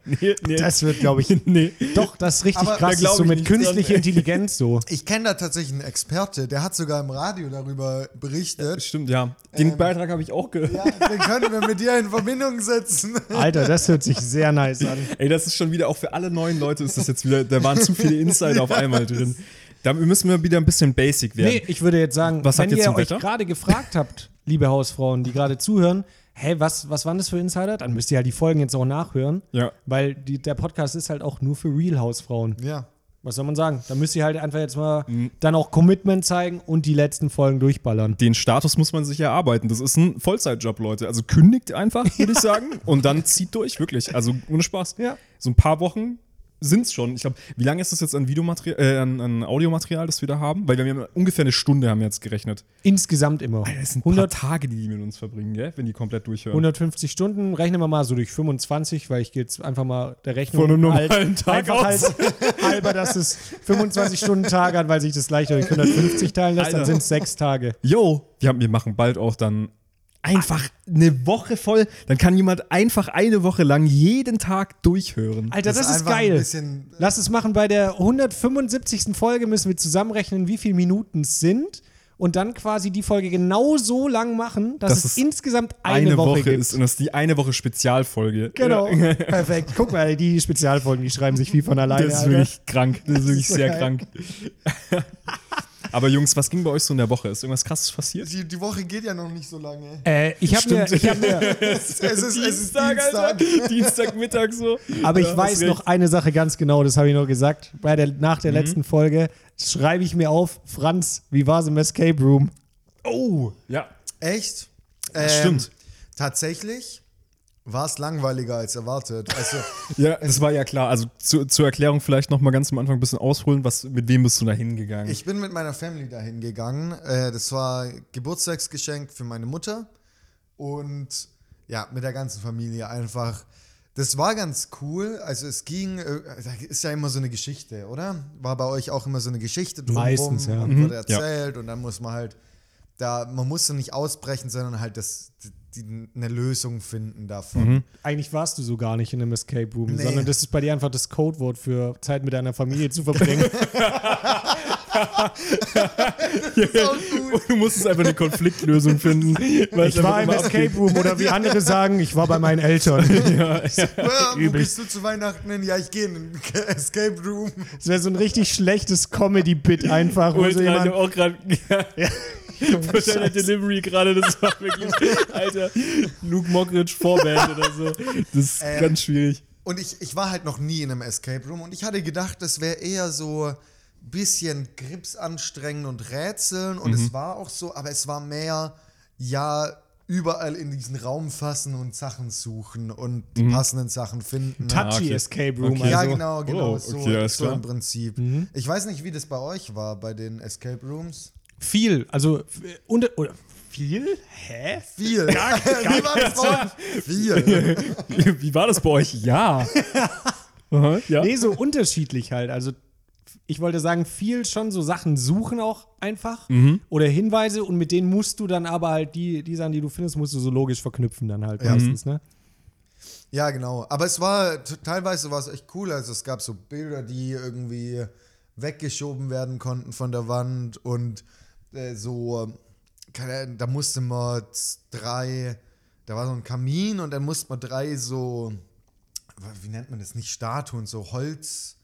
Speaker 3: Nee, nee.
Speaker 2: Das wird, glaube ich,
Speaker 3: nee.
Speaker 2: doch, das ist richtig
Speaker 4: Aber-
Speaker 2: krass.
Speaker 3: Da glaub
Speaker 2: ist so
Speaker 3: ich
Speaker 2: mit
Speaker 3: nicht
Speaker 2: künstlicher
Speaker 3: dran.
Speaker 2: Intelligenz so.
Speaker 4: Ich kenne da tatsächlich einen Experte, der hat sogar im Radio darüber berichtet.
Speaker 3: Stimmt, ja. Den
Speaker 2: Ähm,
Speaker 3: Beitrag habe ich auch gehört.
Speaker 4: Ja, den können wir mit dir in Verbindung setzen.
Speaker 2: Alter, das hört sich sehr nice an.
Speaker 3: Ey, das ist schon wieder auch für alle neuen Leute ist das jetzt wieder, da waren zu viele Insider auf einmal drin. Da müssen wir wieder ein bisschen basic werden.
Speaker 2: Nee, ich würde jetzt sagen,
Speaker 3: Was sagt
Speaker 2: wenn
Speaker 3: ihr
Speaker 2: ihr
Speaker 3: zum
Speaker 2: euch
Speaker 3: Wetter?
Speaker 2: gerade gefragt habt, liebe Hausfrauen, die gerade zuhören, hey, was, was waren das für Insider? Dann müsst ihr halt die Folgen jetzt auch nachhören.
Speaker 3: Ja.
Speaker 2: Weil die, der Podcast ist halt auch nur für Real Hausfrauen.
Speaker 4: Ja.
Speaker 2: Was soll man sagen? Da müsst ihr halt einfach jetzt mal
Speaker 3: Mhm.
Speaker 2: dann auch Commitment zeigen und die letzten Folgen durchballern.
Speaker 3: Den Status muss man sich erarbeiten. Das ist ein Vollzeitjob, Leute. Also kündigt einfach, würde ich sagen, und dann zieht durch, wirklich. Also ohne Spaß.
Speaker 2: Ja.
Speaker 3: So ein paar Wochen sind es schon. Ich glaube, wie lange ist das jetzt an, Videomaterial, äh, an, an Audiomaterial, das wir da haben? Weil wir haben ja ungefähr eine Stunde haben wir jetzt gerechnet.
Speaker 2: Insgesamt immer.
Speaker 3: Das sind
Speaker 2: 100,
Speaker 3: paar Tage, die die mit uns verbringen, gell? wenn die komplett durchhören.
Speaker 2: 150 Stunden, rechnen wir mal so durch 25, weil ich gehe jetzt einfach mal der Rechnung
Speaker 3: Von einem normalen
Speaker 2: halt,
Speaker 3: Tag
Speaker 2: einfach
Speaker 3: aus.
Speaker 2: Halt, halber, dass es 25 Stunden Tage hat, weil sich das leicht durch 150 teilen lässt, dann
Speaker 3: Alter.
Speaker 2: sind es sechs Tage.
Speaker 3: Yo, wir, haben, wir machen bald auch dann einfach eine Woche voll. Dann kann jemand einfach eine Woche lang jeden Tag durchhören.
Speaker 2: Alter, das,
Speaker 4: Das ist
Speaker 2: ist
Speaker 4: einfach ein
Speaker 2: geil.
Speaker 4: bisschen-
Speaker 2: Lass es machen. Bei der 175. Folge müssen wir zusammenrechnen, wie viele Minuten es sind und dann quasi die Folge genau so lang machen, dass
Speaker 3: Dass
Speaker 2: es,
Speaker 3: es
Speaker 2: insgesamt eine, Woche, gibt.
Speaker 3: ist und das ist die eine Woche Spezialfolge.
Speaker 2: Genau.
Speaker 3: Ja.
Speaker 2: Perfekt. Guck mal, die Spezialfolgen, die schreiben sich wie von alleine.
Speaker 3: Das ist
Speaker 2: Alter.
Speaker 3: wirklich krank. Das ist wirklich
Speaker 2: so
Speaker 3: sehr
Speaker 2: geil.
Speaker 3: krank. Aber Jungs, was ging bei euch so in der Woche? Ist irgendwas krasses passiert?
Speaker 4: Die, die Woche geht ja noch nicht so lange.
Speaker 2: Äh, ich habe mir,
Speaker 3: Stimmt.
Speaker 2: ich hab mir,
Speaker 4: Es, es ist, es ist
Speaker 3: Alter.
Speaker 4: Dienstag.
Speaker 3: Dienstagmittag so.
Speaker 2: aber ich
Speaker 3: Ja,
Speaker 2: weiß
Speaker 3: hast recht.
Speaker 2: noch eine Sache ganz genau, das habe ich noch gesagt. Bei der, nach
Speaker 3: Mhm.
Speaker 2: der letzten Folge schreibe ich mir auf, Franz, wie war's im Escape Room?
Speaker 3: Oh, ja.
Speaker 4: Echt? Ähm,
Speaker 3: stimmt.
Speaker 4: Tatsächlich war es langweiliger als erwartet. Also,
Speaker 3: Ja, das war ja klar. Also zu, zur Erklärung vielleicht nochmal ganz am Anfang ein bisschen ausholen. Was, mit wem bist du da hingegangen?
Speaker 4: ich bin mit meiner Family dahin gegangen. Äh, das war Geburtstagsgeschenk für meine Mutter. Und ja, mit der ganzen Familie einfach. Das war ganz cool. Also, es ging, äh, da ist ja immer so eine Geschichte, oder? War bei euch auch immer so eine Geschichte drumherum
Speaker 2: Meistens, ja.
Speaker 4: und
Speaker 2: Mhm.
Speaker 4: wurde erzählt. Und dann muss man halt da, man musste nicht ausbrechen, sondern halt das, die, die, eine Lösung finden davon.
Speaker 2: Mhm. Eigentlich warst du so gar nicht in einem Escape Room,
Speaker 4: Nee.
Speaker 2: sondern das ist bei dir einfach das Codewort für Zeit mit deiner Familie zu verbringen.
Speaker 3: Du musstest einfach eine Konfliktlösung finden. weil es
Speaker 2: ich war
Speaker 3: einfach
Speaker 2: im
Speaker 3: immer abgeht.
Speaker 2: Escape Room oder wie andere sagen, ich war bei meinen Eltern.
Speaker 4: Ja, wo
Speaker 2: Übel.
Speaker 4: bist du zu Weihnachten hin? Ja, ich gehe in den Escape Room.
Speaker 2: Das wäre so ein richtig schlechtes Comedy-Bit einfach, wo so
Speaker 3: Ultra, ich hab
Speaker 2: jemand.
Speaker 3: auch gerade. Ja. Wahrscheinlich Delivery gerade, das war wirklich. Alter, Luke Mockridge Vorband oder so. Das ist
Speaker 4: Ähm.
Speaker 3: ganz schwierig.
Speaker 4: Und ich, ich war halt noch nie in einem Escape Room und ich hatte gedacht, das wäre eher so ein bisschen Grips anstrengen und rätseln und
Speaker 3: Mhm.
Speaker 4: es war auch so, aber es war mehr, ja, überall in diesen Raum fassen und Sachen suchen und die
Speaker 3: Mhm.
Speaker 4: passenden Sachen finden.
Speaker 2: Touchy
Speaker 3: Ah, okay.
Speaker 2: Escape Room.
Speaker 3: Okay.
Speaker 4: ja,
Speaker 2: Also.
Speaker 4: genau, genau,
Speaker 3: Oh,
Speaker 4: so,
Speaker 3: okay, alles
Speaker 4: so im
Speaker 3: klar. Mhm.
Speaker 4: Prinzip. Ich weiß nicht, wie das bei euch war, bei den Escape Rooms.
Speaker 2: Viel, also f- unter, oder viel? Hä?
Speaker 4: Viel. wie war das bei euch? Viel.
Speaker 3: Wie war das bei euch? Ja. Aha, ja.
Speaker 2: Nee, so unterschiedlich halt. Also ich wollte sagen, viel schon so Sachen suchen auch einfach oder Hinweise und mit denen musst du dann aber halt die, die Sachen, die du findest, musst du so logisch verknüpfen dann halt meistens, ne?
Speaker 4: Ja, genau. Aber es war t- teilweise war es echt cool. Also es gab so Bilder, die irgendwie weggeschoben werden konnten von der Wand und äh, so, keine Ahnung, da musste man z- drei, da war so ein Kamin und dann musste man drei so, wie nennt man das, nicht Statuen, so Holz.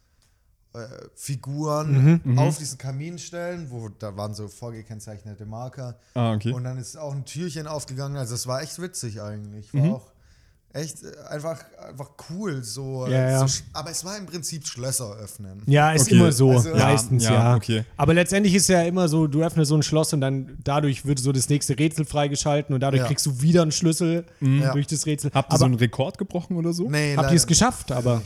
Speaker 4: äh,
Speaker 3: Mhm,
Speaker 4: Figuren auf diesen Kamin stellen, wo da waren so vorgekennzeichnete Marker.
Speaker 3: Ah, okay. Mhm.
Speaker 4: Und dann ist auch ein Türchen aufgegangen. Also es war echt witzig eigentlich. War auch echt äh, einfach, einfach cool so.
Speaker 2: Ja, ja.
Speaker 4: so sch- aber es war im Prinzip Schlösser öffnen.
Speaker 2: Ja, ist
Speaker 3: Okay.
Speaker 2: immer so,
Speaker 4: Also- Ja,
Speaker 2: meistens, ja.
Speaker 3: ja, okay.
Speaker 2: Aber letztendlich ist ja immer so, du öffnest so ein Schloss und dann dadurch wird so das nächste Rätsel freigeschalten und dadurch
Speaker 4: Ja.
Speaker 2: kriegst du wieder einen Schlüssel
Speaker 4: Ja.
Speaker 2: durch das Rätsel.
Speaker 3: Habt ihr
Speaker 2: Aber
Speaker 3: so einen Rekord gebrochen oder so?
Speaker 4: Nee,
Speaker 2: habt
Speaker 4: leider
Speaker 2: ihr es geschafft, aber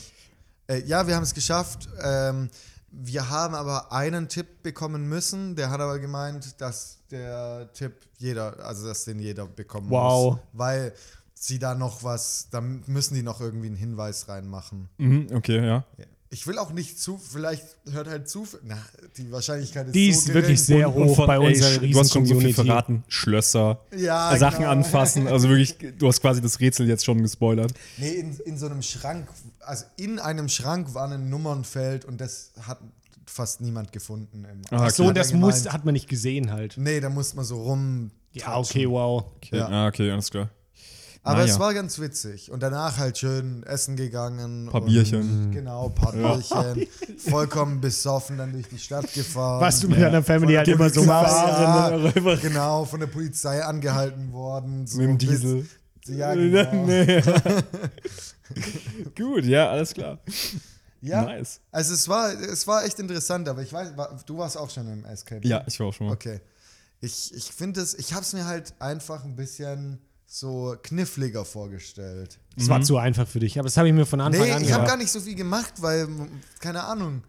Speaker 4: Äh, ja, wir haben es geschafft. Ähm, wir haben aber einen Tipp bekommen müssen. Der hat aber gemeint, dass der Tipp jeder, also dass den jeder bekommen
Speaker 2: Wow.
Speaker 4: muss. Weil sie da noch was, da müssen die noch irgendwie einen Hinweis reinmachen.
Speaker 3: Mhm, okay, ja.
Speaker 4: Ich will auch nicht zu, vielleicht hört halt zu, na, die Wahrscheinlichkeit ist
Speaker 2: die
Speaker 4: so
Speaker 2: ist
Speaker 4: gering.
Speaker 2: wirklich sehr
Speaker 3: Und
Speaker 2: hoch
Speaker 3: von-
Speaker 2: bei
Speaker 3: ey,
Speaker 2: unserer
Speaker 3: Sch- Du hast schon so viel
Speaker 2: Riesen-Community.
Speaker 3: verraten. Schlösser,
Speaker 4: Ja,
Speaker 3: äh, Sachen
Speaker 4: genau.
Speaker 3: anfassen. Also wirklich, du hast quasi das Rätsel jetzt schon gespoilert.
Speaker 4: Nee, in, in so einem Schrank, also in einem Schrank war ein Nummernfeld und das hat fast niemand gefunden. Im
Speaker 3: Ah,
Speaker 2: Ach so,
Speaker 3: Okay.
Speaker 2: das muss, hat man nicht gesehen halt.
Speaker 4: Nee, da musste man so rum.
Speaker 2: Ja, okay, wow.
Speaker 3: Okay.
Speaker 4: Ja.
Speaker 3: Ah, okay, alles klar.
Speaker 4: Aber
Speaker 3: Naja.
Speaker 4: es war ganz witzig. Und danach halt schön essen gegangen.
Speaker 3: Paar
Speaker 4: und-
Speaker 3: Bierchen.
Speaker 4: Genau, paar Bierchen. vollkommen besoffen dann durch die Stadt gefahren.
Speaker 2: Was du mit deiner Family halt immer so
Speaker 4: Polizei-
Speaker 2: machst.
Speaker 3: Fahren,
Speaker 4: ja,
Speaker 3: einfach-
Speaker 4: Genau, von der Polizei angehalten worden. So
Speaker 3: Mit dem
Speaker 4: bis-
Speaker 3: Diesel.
Speaker 4: Ja, genau.
Speaker 3: Nee. Gut, ja, alles klar.
Speaker 4: ja,
Speaker 3: Nice.
Speaker 4: also es war, es war echt interessant, aber ich weiß, wa- du warst auch schon im Escape.
Speaker 3: Ja, ich war auch schon mal.
Speaker 4: Okay. Ich, ich finde es, ich habe es mir halt einfach ein bisschen so kniffliger vorgestellt.
Speaker 2: Es war zu einfach für dich, aber das habe ich mir von Anfang
Speaker 4: Nee,
Speaker 2: an
Speaker 4: ich habe
Speaker 2: gedacht.
Speaker 4: gar nicht so viel gemacht, weil, keine Ahnung.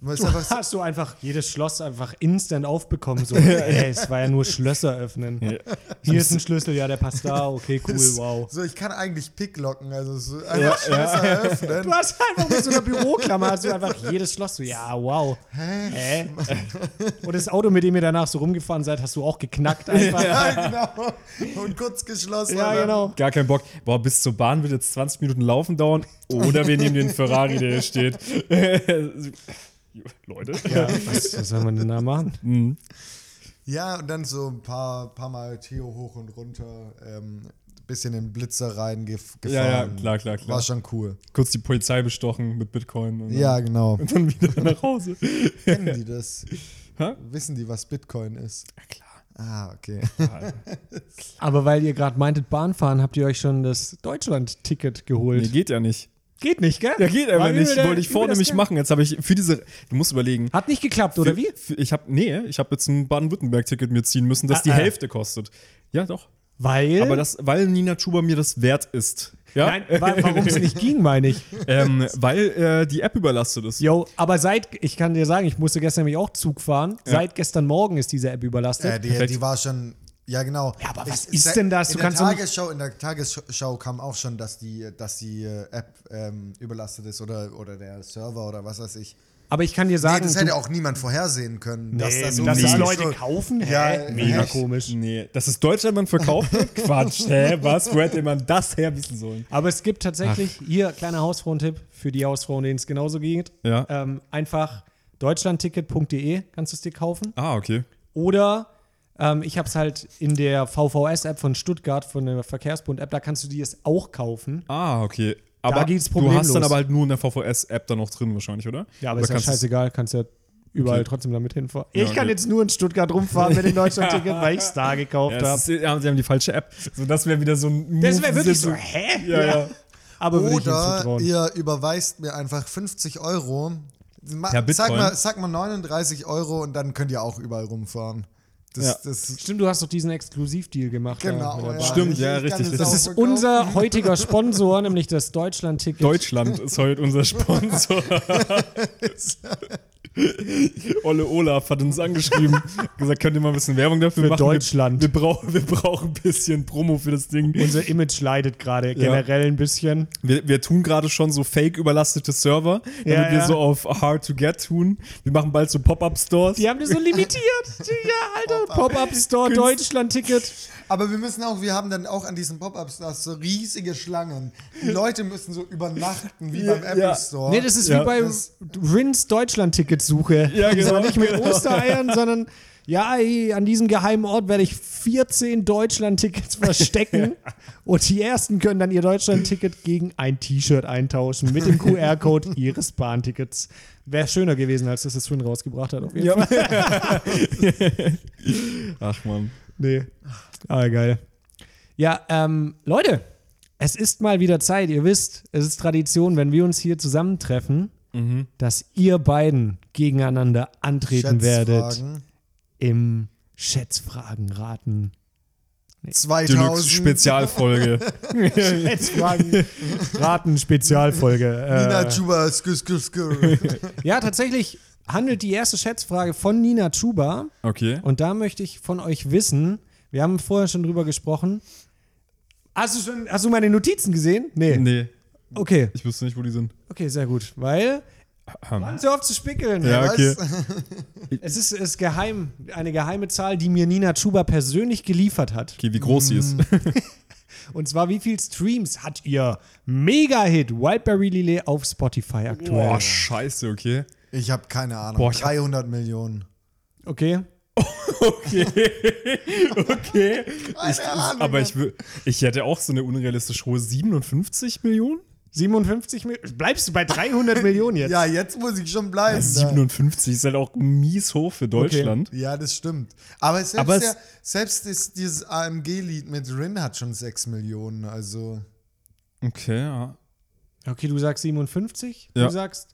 Speaker 4: Man ist
Speaker 2: Du
Speaker 4: einfach so,
Speaker 2: hast du einfach jedes Schloss einfach instant aufbekommen. So, ey, es war ja nur Schlösser öffnen. Hier ist ein Schlüssel, ja, der passt da. Okay, cool, wow.
Speaker 4: so, ich kann eigentlich picklocken, also so einfach Schlösser
Speaker 2: Du
Speaker 4: öffnen.
Speaker 2: hast einfach mit so einer Büroklammer hast du einfach jedes Schloss so, ja, wow. Hä? Und das Auto, mit dem ihr danach so rumgefahren seid, hast du auch geknackt einfach.
Speaker 4: Ja, genau. Und kurz geschlossen.
Speaker 2: Ja,
Speaker 4: und dann-
Speaker 2: genau.
Speaker 3: Gar keinen Bock. Boah, bis zur Bahn wird jetzt 20 Minuten laufen dauern. Oder wir nehmen den Ferrari, der hier steht. Leute.
Speaker 2: Ja, was, was soll man denn da machen?
Speaker 4: Ja, und dann so ein paar, paar Mal Theo hoch und runter, ähm, bisschen in den Blitzer rein gef gefahren.
Speaker 3: Ja, ja, klar, klar, klar.
Speaker 4: War schon cool.
Speaker 3: Kurz die Polizei bestochen mit Bitcoin. Und
Speaker 4: Ja, genau.
Speaker 3: Dann, und dann wieder nach Hause.
Speaker 4: Kennen die das?
Speaker 3: Hä?
Speaker 4: Wissen die, was Bitcoin ist?
Speaker 3: Klar.
Speaker 4: Ah, okay.
Speaker 2: Aber weil ihr gerade meintet Bahnfahren, habt ihr euch schon das Deutschland-Ticket
Speaker 3: Nee,
Speaker 2: geholt.
Speaker 3: geht ja nicht.
Speaker 2: Geht nicht, gell?
Speaker 3: Ja, geht
Speaker 2: War
Speaker 3: einfach
Speaker 2: übel
Speaker 3: nicht.
Speaker 2: der-
Speaker 3: Wollte ich
Speaker 2: übel
Speaker 3: vorne
Speaker 2: das
Speaker 3: mich
Speaker 2: Geld.
Speaker 3: machen. Jetzt habe ich für diese. Du musst überlegen.
Speaker 2: Hat nicht geklappt, oder wie?
Speaker 3: Für- Ich habe nee, ich habe jetzt ein Baden-Württemberg-Ticket mir ziehen müssen, das
Speaker 2: Ah,
Speaker 3: die
Speaker 2: ah.
Speaker 3: Hälfte kostet. Ja, doch.
Speaker 2: Weil.
Speaker 3: Aber das, weil Nina Chuba mir das wert ist. Ja?
Speaker 2: Nein, wa warum es nicht ging, meine ich.
Speaker 3: ähm, weil äh, die App überlastet ist.
Speaker 2: Jo, aber seit, ich kann dir sagen, ich musste gestern nämlich auch Zug fahren. Seit gestern Morgen ist diese App überlastet.
Speaker 4: Ja, die,
Speaker 3: Perfekt.
Speaker 4: die war schon. Ja, genau.
Speaker 2: Ja, aber was ist denn das? Du
Speaker 4: in,
Speaker 2: kannst
Speaker 4: der
Speaker 2: doch nicht-
Speaker 4: Tagesschau, in der Tagesschau kam auch schon, dass die, dass die äh, App ähm, überlastet ist oder, oder der Server oder was weiß ich.
Speaker 2: aber ich kann dir
Speaker 4: Nee,
Speaker 2: sagen,
Speaker 4: das
Speaker 3: halt
Speaker 2: du-
Speaker 4: hätte auch niemand vorhersehen können. dass
Speaker 2: Nee,
Speaker 4: das, so
Speaker 2: dass das
Speaker 4: viel-
Speaker 2: Leute kaufen? Hä?
Speaker 4: Ja, äh,
Speaker 2: Mega
Speaker 4: echt.
Speaker 2: komisch.
Speaker 3: Nee, dass es Deutschland verkauft wird? Quatsch. Hä, was? Wo hätte man das her wissen sollen?
Speaker 2: Aber es gibt tatsächlich, hier, kleiner Hausfrauentipp für die Hausfrauen, denen es genauso geht.
Speaker 3: Ja.
Speaker 2: Ähm, einfach deutschlandticket.de kannst du es dir kaufen.
Speaker 3: Ah, okay.
Speaker 2: Oder ähm, ich habe es halt in der VVS-App von Stuttgart, von der Verkehrsbund-App, da kannst du dir es auch kaufen.
Speaker 3: Ah, okay. Aber
Speaker 2: geht's
Speaker 3: du hast
Speaker 2: problemlos.
Speaker 3: dann aber halt nur in der VVS-App dann noch drin wahrscheinlich, oder?
Speaker 2: Ja, aber
Speaker 3: Oder
Speaker 2: ist ja
Speaker 3: kannst du's-
Speaker 2: scheißegal, kannst ja überall
Speaker 3: Okay.
Speaker 2: trotzdem damit hinfahren.
Speaker 3: Ja,
Speaker 2: ich kann
Speaker 3: okay.
Speaker 2: jetzt nur in Stuttgart rumfahren mit dem Deutschland-Ticket, weil ich es da gekauft
Speaker 3: Ja,
Speaker 2: habe.
Speaker 3: es ist, ja, sie haben die falsche App. So, das wäre wieder so ein.
Speaker 2: Das
Speaker 3: Move,
Speaker 2: wäre wirklich
Speaker 3: so-
Speaker 2: so, hä?
Speaker 3: Ja, ja.
Speaker 2: Aber würde ich ihm
Speaker 4: Oder
Speaker 2: zutrauen.
Speaker 4: ihr überweist mir einfach 50 Euro. Ma
Speaker 3: Ja,
Speaker 4: sag,
Speaker 3: Bitcoin.
Speaker 4: mal, sag mal 39 Euro und dann könnt ihr auch überall rumfahren. Das,
Speaker 3: Ja.
Speaker 4: das
Speaker 2: Stimmt, du hast doch diesen Exklusivdeal gemacht. da
Speaker 4: genau.
Speaker 2: mit der
Speaker 4: ja.
Speaker 2: Bahn.
Speaker 3: Stimmt,
Speaker 4: Ich-
Speaker 3: ja,
Speaker 4: ich kann
Speaker 3: richtig, richtig.
Speaker 4: auch
Speaker 2: Das ist
Speaker 4: verkaufen.
Speaker 2: unser heutiger Sponsor, nämlich das Deutschland-Ticket.
Speaker 3: Deutschland ist heute unser Sponsor. Olle Olaf hat uns angeschrieben, gesagt, könnt ihr mal ein bisschen Werbung dafür
Speaker 2: Für
Speaker 3: machen?
Speaker 2: Deutschland.
Speaker 3: Wir, wir, brauchen, wir brauchen ein bisschen Promo für das Ding.
Speaker 2: Unser Image leidet gerade generell ein bisschen.
Speaker 3: Wir, wir tun gerade schon so fake überlastete Server, damit
Speaker 2: Ja,
Speaker 3: wir
Speaker 2: ja.
Speaker 3: so auf Hard to Get tun. Wir machen bald so Pop-Up-Stores.
Speaker 2: Die haben das so limitiert. Ja, Alter, Pop-Up-Store,
Speaker 3: Günst-
Speaker 2: Deutschland-Ticket.
Speaker 4: Aber wir müssen auch, wir haben dann auch an diesen Pop-Up-Stars so riesige Schlangen. Die Leute müssen so übernachten, wie beim
Speaker 3: Ja.
Speaker 4: Apple Store.
Speaker 2: Nee, das ist
Speaker 3: Ja,
Speaker 2: wie bei
Speaker 4: das-
Speaker 2: Rins Deutschland-Ticket-Suche.
Speaker 3: Ja,
Speaker 2: Das war
Speaker 3: genau,
Speaker 2: Nicht mit
Speaker 3: genau.
Speaker 2: Ostereiern, sondern ja, ey, an diesem geheimen Ort werde ich 14 Deutschland-Tickets verstecken. Und die ersten können dann ihr Deutschland-Ticket gegen ein T-Shirt eintauschen mit dem QR-Code ihres Bahntickets. Wäre schöner gewesen, als dass es Finn rausgebracht hat. Auf jeden Fall.
Speaker 3: Ja. Ach man.
Speaker 2: Nee. Ah, geil. Ja, ähm, Leute, Es ist mal wieder Zeit, ihr wisst, es ist Tradition, wenn wir uns hier zusammentreffen,
Speaker 3: Mhm.
Speaker 2: dass ihr beiden gegeneinander antreten werdet
Speaker 4: Schätzfragen.
Speaker 2: im Schätzfragen raten.
Speaker 4: 2000.
Speaker 3: Deluxe Spezialfolge.
Speaker 2: Schätzfragen raten Spezialfolge. Äh,
Speaker 4: Nina Chuba, skü, skü, skü.
Speaker 2: ja, tatsächlich handelt die erste Schätzfrage von Nina Chuba.
Speaker 3: Okay.
Speaker 2: Und da möchte ich von euch wissen, wir haben vorher schon drüber gesprochen. Hast du, schon, hast du meine Notizen gesehen? Nee.
Speaker 3: Nee,
Speaker 2: Okay,
Speaker 3: ich wüsste nicht, wo die sind.
Speaker 2: okay, sehr gut. Weil. Mann, so oft zu spickeln.
Speaker 3: Ja, okay.
Speaker 2: Es ist, ist geheim, eine geheime Zahl, die mir Nina Chuba persönlich geliefert hat.
Speaker 3: Okay, wie groß sie ist.
Speaker 2: Und zwar, wie viel Streams hat ihr Mega-Hit Wildberry Lillet auf Spotify aktuell?
Speaker 3: Boah, scheiße, okay.
Speaker 4: Ich habe keine Ahnung.
Speaker 3: Boah, ich hab-
Speaker 4: 300 Millionen.
Speaker 2: Okay.
Speaker 3: Okay. okay. Ich, aber ich, wür- ich hätte auch so eine unrealistisch hohe 57 Millionen?
Speaker 2: 57 Millionen. Bleibst du bei 300 Millionen jetzt?
Speaker 4: Ja, jetzt muss ich schon bleiben. da.
Speaker 3: 57 ist halt auch mies hoch für Deutschland.
Speaker 4: Ja, das stimmt. Aber selbst,
Speaker 3: Aber es-
Speaker 4: der, selbst ist dieses AMG-Lied mit Rin hat schon 6 Millionen. Also
Speaker 3: Okay, ja.
Speaker 2: Okay, du sagst 57.
Speaker 3: Ja.
Speaker 2: Du sagst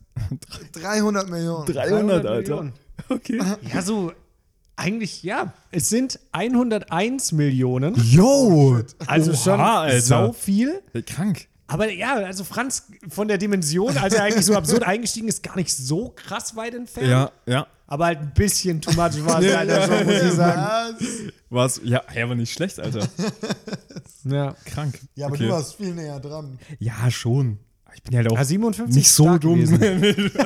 Speaker 4: 300 Millionen.
Speaker 3: 300, Alter.
Speaker 2: Millionen.
Speaker 3: Okay.
Speaker 2: Ja, so eigentlich, ja. Es sind 101 Millionen.
Speaker 4: Oh,
Speaker 3: Yo!
Speaker 2: Also schon
Speaker 3: Oha, Alter.
Speaker 2: sau viel.
Speaker 3: Krank.
Speaker 2: Aber ja, also Franz von der Dimension, als er eigentlich so absurd eingestiegen ist, gar nicht so krass weit entfernt.
Speaker 3: Ja, ja.
Speaker 2: Aber halt ein bisschen too much war es leider schon, muss ich sagen.
Speaker 4: Was?
Speaker 3: Was? Ja, ja, aber nicht schlecht, Alter.
Speaker 2: Ja.
Speaker 3: Krank.
Speaker 4: Ja, aber
Speaker 3: okay.
Speaker 4: du warst viel näher dran.
Speaker 3: Ja, schon. Aber Ich bin halt auch
Speaker 2: Ja, 57
Speaker 3: nicht
Speaker 2: ist
Speaker 3: so
Speaker 2: stark
Speaker 3: dumm.
Speaker 2: gewesen.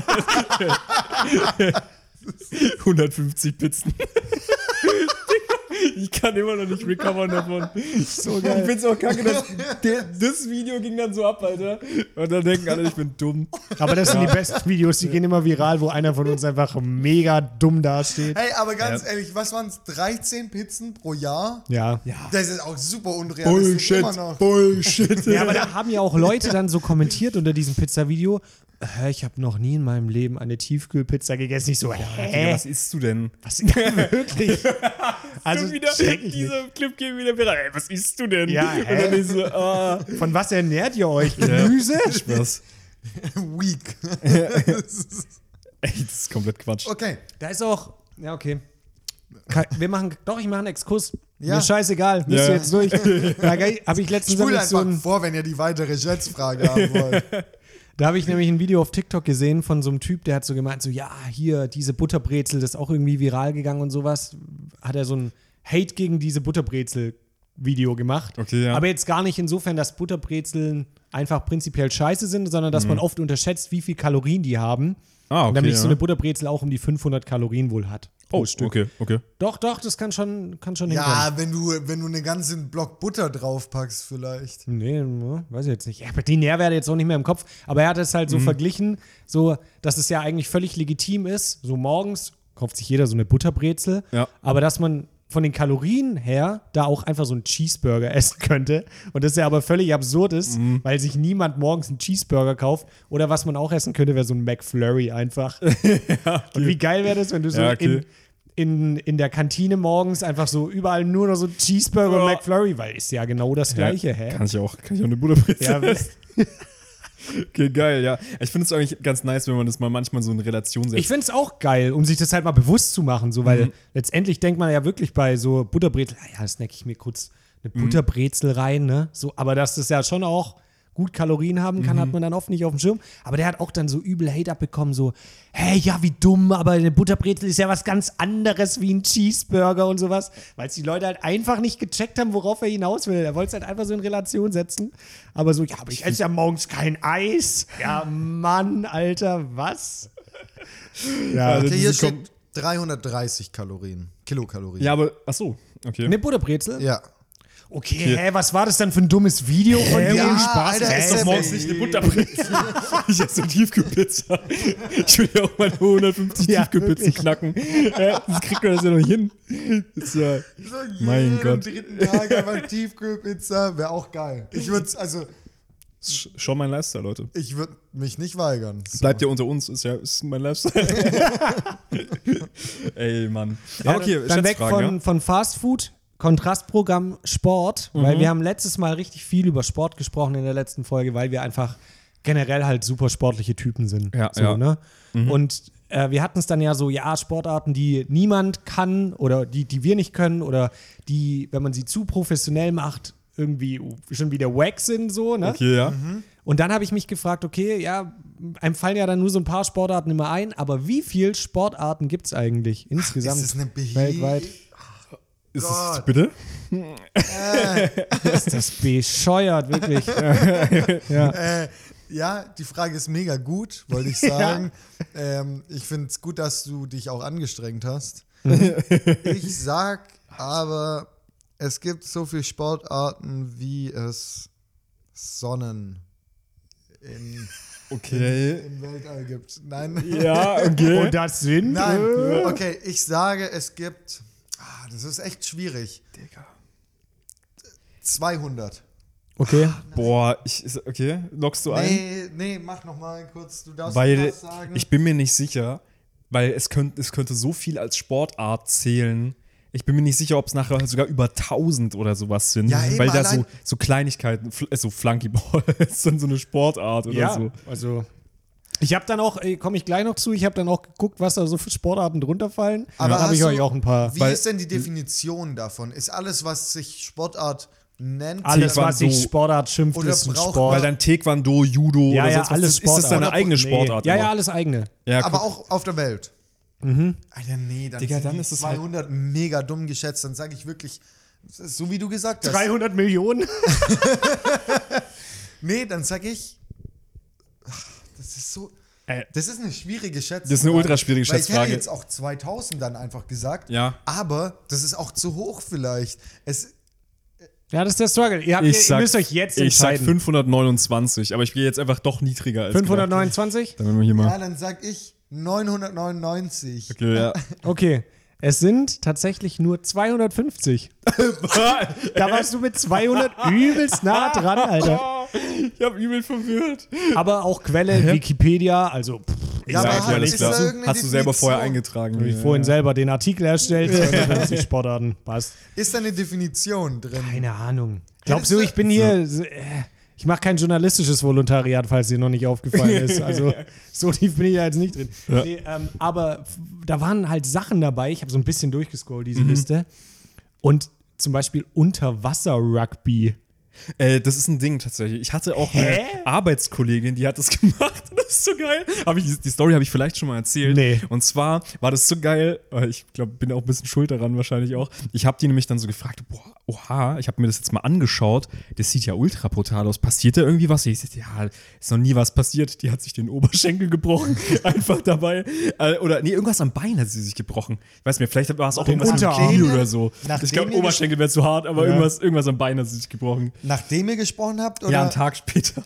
Speaker 3: 150 Pizzen. Ich kann immer noch nicht recovern davon. So geil. Ich find's auch kacke, dass der, das Video ging dann so ab, Alter. Und dann denken alle, ich bin dumm.
Speaker 2: Aber das sind die besten Videos, die gehen immer viral, wo einer von uns einfach mega dumm dasteht.
Speaker 4: Hey, aber ganz
Speaker 3: Ja.
Speaker 4: ehrlich, was waren es? 13 Pizzen pro Jahr?
Speaker 2: Ja. ja.
Speaker 4: Das ist auch super unrealistisch.
Speaker 3: Bullshit.
Speaker 4: Immer noch.
Speaker 3: Bullshit.
Speaker 2: Ja, aber da haben ja auch Leute dann so kommentiert unter diesem Pizza-Video. "Äh, Ich habe noch nie in meinem Leben eine Tiefkühlpizza gegessen. Ich so,
Speaker 3: Ja,
Speaker 2: hä?
Speaker 3: was isst du denn?
Speaker 2: Was wirklich? Also
Speaker 1: wieder,
Speaker 2: check ich nicht.
Speaker 1: dieser Clip geht wieder wieder. Ey, was isst du denn?
Speaker 2: Ja,
Speaker 1: Und
Speaker 2: hä?
Speaker 1: dann ist so, ah,
Speaker 2: Von was ernährt ihr euch? Gemüse?
Speaker 3: Spaß.
Speaker 4: Weak.
Speaker 3: Ey, das ist komplett Quatsch.
Speaker 4: Okay.
Speaker 2: Da ist auch. Ja, okay. Ke- Wir machen, doch, ich mache einen Exkurs.
Speaker 4: Ja.
Speaker 2: Mir scheißegal, müsst
Speaker 3: Ja.
Speaker 2: ihr jetzt durch. Da habe ich letztens
Speaker 4: Spult
Speaker 2: nämlich
Speaker 4: einfach
Speaker 2: so ein,
Speaker 4: vor, wenn ihr die weitere Schätzfrage haben wollt.
Speaker 2: Da habe ich nämlich ein Video auf TikTok gesehen von so einem Typ, der hat so gemeint, so ja, hier, diese Butterbrezel, das ist auch irgendwie viral gegangen und sowas. Hat er so ein Hate gegen diese Butterbrezel-Video gemacht.
Speaker 3: Okay, ja.
Speaker 2: Aber jetzt gar nicht insofern, dass Butterbrezeln einfach prinzipiell scheiße sind, sondern dass man oft unterschätzt, wie viel Kalorien die haben.
Speaker 3: Mhm. Ah, okay,
Speaker 2: nämlich so
Speaker 3: ja.
Speaker 2: eine Butterbrezel auch um die 500 Kalorien wohl hat. pro
Speaker 3: Oh, okay, okay.
Speaker 2: Doch, doch, das kann schon, kann schon hinkommen.
Speaker 4: Ja, wenn du, wenn du einen ganzen Block Butter draufpackst, vielleicht.
Speaker 2: Nee, ne, weiß ich jetzt nicht. Ja, aber die Nährwerte jetzt auch nicht mehr im Kopf. Aber er hat es
Speaker 3: Mhm.
Speaker 2: halt so verglichen, so, dass es ja eigentlich völlig legitim ist. So morgens kauft sich jeder so eine Butterbrezel.
Speaker 3: Ja.
Speaker 2: Aber dass man von den Kalorien her da auch einfach so einen Cheeseburger essen könnte. Und das ja aber völlig absurd ist,
Speaker 3: Mhm.
Speaker 2: weil sich niemand morgens einen Cheeseburger kauft. Oder was man auch essen könnte, wäre so ein McFlurry einfach. Und wie geil wäre das, wenn du so
Speaker 3: Ja, okay.
Speaker 2: in, in, in der Kantine morgens einfach so überall nur noch so Cheeseburger und
Speaker 3: Ja.
Speaker 2: McFlurry, weil ist ja genau das Gleiche, hä?
Speaker 3: Kann ich auch, kann ich auch eine Butterbrezel
Speaker 2: Ja,
Speaker 3: essen. Okay, geil, ja. Ich finde es eigentlich ganz nice, wenn man das mal manchmal so in Relation setzt.
Speaker 2: ich finde es auch geil, um sich das halt mal bewusst zu machen, so, weil letztendlich denkt man ja wirklich bei so Butterbrezel, ah ja, snack ich mir kurz eine Butterbrezel rein, ne? So, aber dass das ja schon auch gut Kalorien haben kann, hat man dann oft nicht auf dem Schirm. Aber der hat auch dann so übel Hate abbekommen, so, hey, ja, wie dumm, aber eine Butterbrezel ist ja was ganz anderes wie ein Cheeseburger und sowas, weil es die Leute halt einfach nicht gecheckt haben, worauf er hinaus will. Er wollte es halt einfach so in Relation setzen. Aber so, ja, aber ich esse ja morgens kein Eis. Ja, Mann, Alter, was?
Speaker 3: ja,
Speaker 4: Okay, hier
Speaker 3: Also diese Kom-
Speaker 4: steht 330 Kalorien. Kilokalorien.
Speaker 3: ja, aber, ach so, okay.
Speaker 2: Eine Butterbrezel?
Speaker 4: Ja.
Speaker 2: Okay, hä, was war das dann für ein dummes Video von dir?
Speaker 4: ja,
Speaker 2: Spaß,
Speaker 4: Alter,
Speaker 2: hä?
Speaker 4: ist
Speaker 3: Das ist
Speaker 4: doch
Speaker 3: morgens nicht eine Butterbrezel. ich esse eine Tiefkühlpizza. Ich will ja auch meine 150
Speaker 2: Ja,
Speaker 3: Tiefkühlpizzen knacken. Äh, Das kriegt man das ja noch hin. Das ist ja,
Speaker 4: So
Speaker 3: Mein
Speaker 4: jeden
Speaker 3: Gott.
Speaker 4: dritten Tag einfach Tiefkühlpizza. Wäre auch geil. Ich würde also,
Speaker 3: das ist schon mein Lifestyle, Leute.
Speaker 4: ich würde mich nicht weigern. So.
Speaker 3: Bleibt ja unter uns, ist ja ist mein Lifestyle. Ey, Mann. Ja, okay,
Speaker 2: dann weg
Speaker 3: Schätzfragen,
Speaker 2: von, von Fast Food Kontrastprogramm Sport,
Speaker 3: Mhm.
Speaker 2: weil wir haben letztes Mal richtig viel über Sport gesprochen in der letzten Folge, weil wir einfach generell halt super sportliche Typen sind.
Speaker 3: Ja,
Speaker 2: so,
Speaker 3: ja. Mhm.
Speaker 2: Ne? Und äh, wir hatten es dann ja so, ja, Sportarten, die niemand kann oder die, die wir nicht können oder die, wenn man sie zu professionell macht, irgendwie schon wieder wack sind, so, ne?
Speaker 3: Okay, ja.
Speaker 2: Und dann habe ich mich gefragt, okay, ja, einem fallen ja dann nur so ein paar Sportarten immer ein, aber wie viel Sportarten gibt es eigentlich insgesamt
Speaker 4: ist es eine Behi-
Speaker 2: weltweit?
Speaker 3: Ist es,
Speaker 4: Gott.
Speaker 3: bitte?
Speaker 2: Ist das bescheuert, wirklich.
Speaker 4: Äh, ja, die Frage ist mega gut, wollte ich sagen. ähm, ich finde es gut, dass du dich auch angestrengt hast. ich sag aber, es gibt so viele Sportarten, wie es Sonnen in,
Speaker 3: Okay.
Speaker 4: im Weltall gibt. Nein.
Speaker 3: Ja, okay.
Speaker 2: Und das sind?
Speaker 4: Nein. Okay, ich sage, es gibt. Ah, das ist echt schwierig.
Speaker 3: Digga.
Speaker 4: 200.
Speaker 2: Okay.
Speaker 3: Boah, ich, ist- okay, lockst du ein?
Speaker 4: Nee, nee, mach nochmal kurz. Du darfst
Speaker 3: Weil
Speaker 4: was sagen.
Speaker 3: ich bin mir nicht sicher, weil es, könnt, es könnte so viel als Sportart zählen. Ich bin mir nicht sicher, ob es nachher sogar über 1000 oder sowas sind.
Speaker 4: Ja, eben,
Speaker 3: weil da so,
Speaker 4: allein-
Speaker 3: so Kleinigkeiten, fl- äh, so Flunkyball ist dann so eine Sportart oder
Speaker 2: Ja,
Speaker 3: so.
Speaker 2: also. Ich habe dann auch, komme ich gleich noch zu, ich habe dann auch geguckt, was da so für Sportarten drunter fallen.
Speaker 4: Aber
Speaker 2: da habe
Speaker 4: hast
Speaker 2: ich
Speaker 4: du-
Speaker 2: euch auch ein paar.
Speaker 4: Wie
Speaker 3: Weil-
Speaker 4: ist denn die Definition davon? Ist alles, was sich Sportart nennt,
Speaker 2: Alles, was
Speaker 3: Taekwondo.
Speaker 2: sich Sportart schimpft,
Speaker 4: Oder
Speaker 2: ist ein
Speaker 4: braucht
Speaker 2: Sport.
Speaker 3: Weil dann Taekwondo, Judo
Speaker 2: ja,
Speaker 3: oder
Speaker 2: ja,
Speaker 3: sonst was,
Speaker 2: alles
Speaker 3: ist, ist das deine
Speaker 2: Sportarten.
Speaker 3: eigene Sportart?
Speaker 2: Nee. Ja,
Speaker 3: aber?
Speaker 2: ja, alles eigene.
Speaker 3: ja.
Speaker 4: aber
Speaker 3: guck- Mhm.
Speaker 4: auch auf der Welt? Alter, nee, dann,
Speaker 3: Digga,
Speaker 4: sind
Speaker 3: dann
Speaker 4: die
Speaker 3: ist es halt-
Speaker 4: 200 mega dumm geschätzt. Dann sage ich wirklich, das ist so wie du gesagt hast.
Speaker 2: 300 Millionen?
Speaker 4: Nee, dann sag ich, ach, das ist so. Das ist eine schwierige Schätzung.
Speaker 3: Äh. Das ist eine ultra schwierige
Speaker 4: Weil Ich
Speaker 3: Schätzfrage.
Speaker 4: hätte jetzt auch 2000 dann einfach gesagt.
Speaker 3: Ja.
Speaker 4: Aber das ist auch zu hoch vielleicht. Es,
Speaker 2: Ja, das ist der Struggle. Ihr, habt, ihr,
Speaker 3: ich sag,
Speaker 2: ihr müsst euch jetzt
Speaker 3: ich sag
Speaker 2: entscheiden.
Speaker 3: 529, aber ich gehe jetzt einfach doch niedriger als
Speaker 2: 529?
Speaker 3: gedacht. Dann werden wir hier
Speaker 4: ja,
Speaker 3: mal.
Speaker 4: dann sag ich 999.
Speaker 3: Okay, ja.
Speaker 2: Okay. Es sind tatsächlich nur 250. Da warst du mit 200 übelst nah dran, Alter.
Speaker 3: ich hab übel verwirrt.
Speaker 2: Aber auch Quelle, Wikipedia, also pff, ich
Speaker 4: Ja, aber
Speaker 2: sag
Speaker 4: hat-
Speaker 2: mal nicht,
Speaker 4: alles ist klar. da
Speaker 2: dass
Speaker 4: irgendeine
Speaker 3: Hast du selber
Speaker 4: Definition?
Speaker 3: vorher eingetragen.
Speaker 2: ich vorhin selber den Artikel erstellt, also 250 Sportarten, passt.
Speaker 4: Ist da eine Definition drin?
Speaker 2: Keine Ahnung. Glaubst du, ich bin hier, äh, ich mache kein journalistisches Volontariat, falls dir noch nicht aufgefallen ist. Also so tief bin ich ja jetzt nicht drin. Nee, ähm, aber f- da waren halt Sachen dabei, ich habe so ein bisschen durchgescrollt, diese Liste. Und zum Beispiel Unterwasser-Rugby.
Speaker 3: Äh, das ist ein Ding tatsächlich. Ich hatte auch
Speaker 2: Hä?
Speaker 3: eine Arbeitskollegin, die hat das gemacht. Das ist so geil. Hab ich, die Story habe ich vielleicht schon mal erzählt.
Speaker 2: Nee.
Speaker 3: Und zwar war das so geil. äh, Ich glaube, bin auch ein bisschen schuld daran wahrscheinlich auch. Ich habe die nämlich dann so gefragt, boah, oha, ich habe mir das jetzt mal angeschaut. Das sieht ja ultra brutal aus. Passiert da irgendwie was? Ich sag, ja, ist noch nie was passiert. Die hat sich den Oberschenkel gebrochen. einfach dabei. Äh, Oder nee, irgendwas am Bein hat sie sich gebrochen. Ich weiß nicht, vielleicht war es auch
Speaker 2: Den
Speaker 3: irgendwas am
Speaker 2: Unterarm.
Speaker 3: Knie oder so.
Speaker 4: Nachdem
Speaker 3: ich glaube,
Speaker 4: ihr-
Speaker 3: Oberschenkel wäre zu hart, aber irgendwas, irgendwas am Bein hat sie sich gebrochen.
Speaker 4: Nachdem ihr gesprochen habt? Oder?
Speaker 3: Ja, einen Tag später.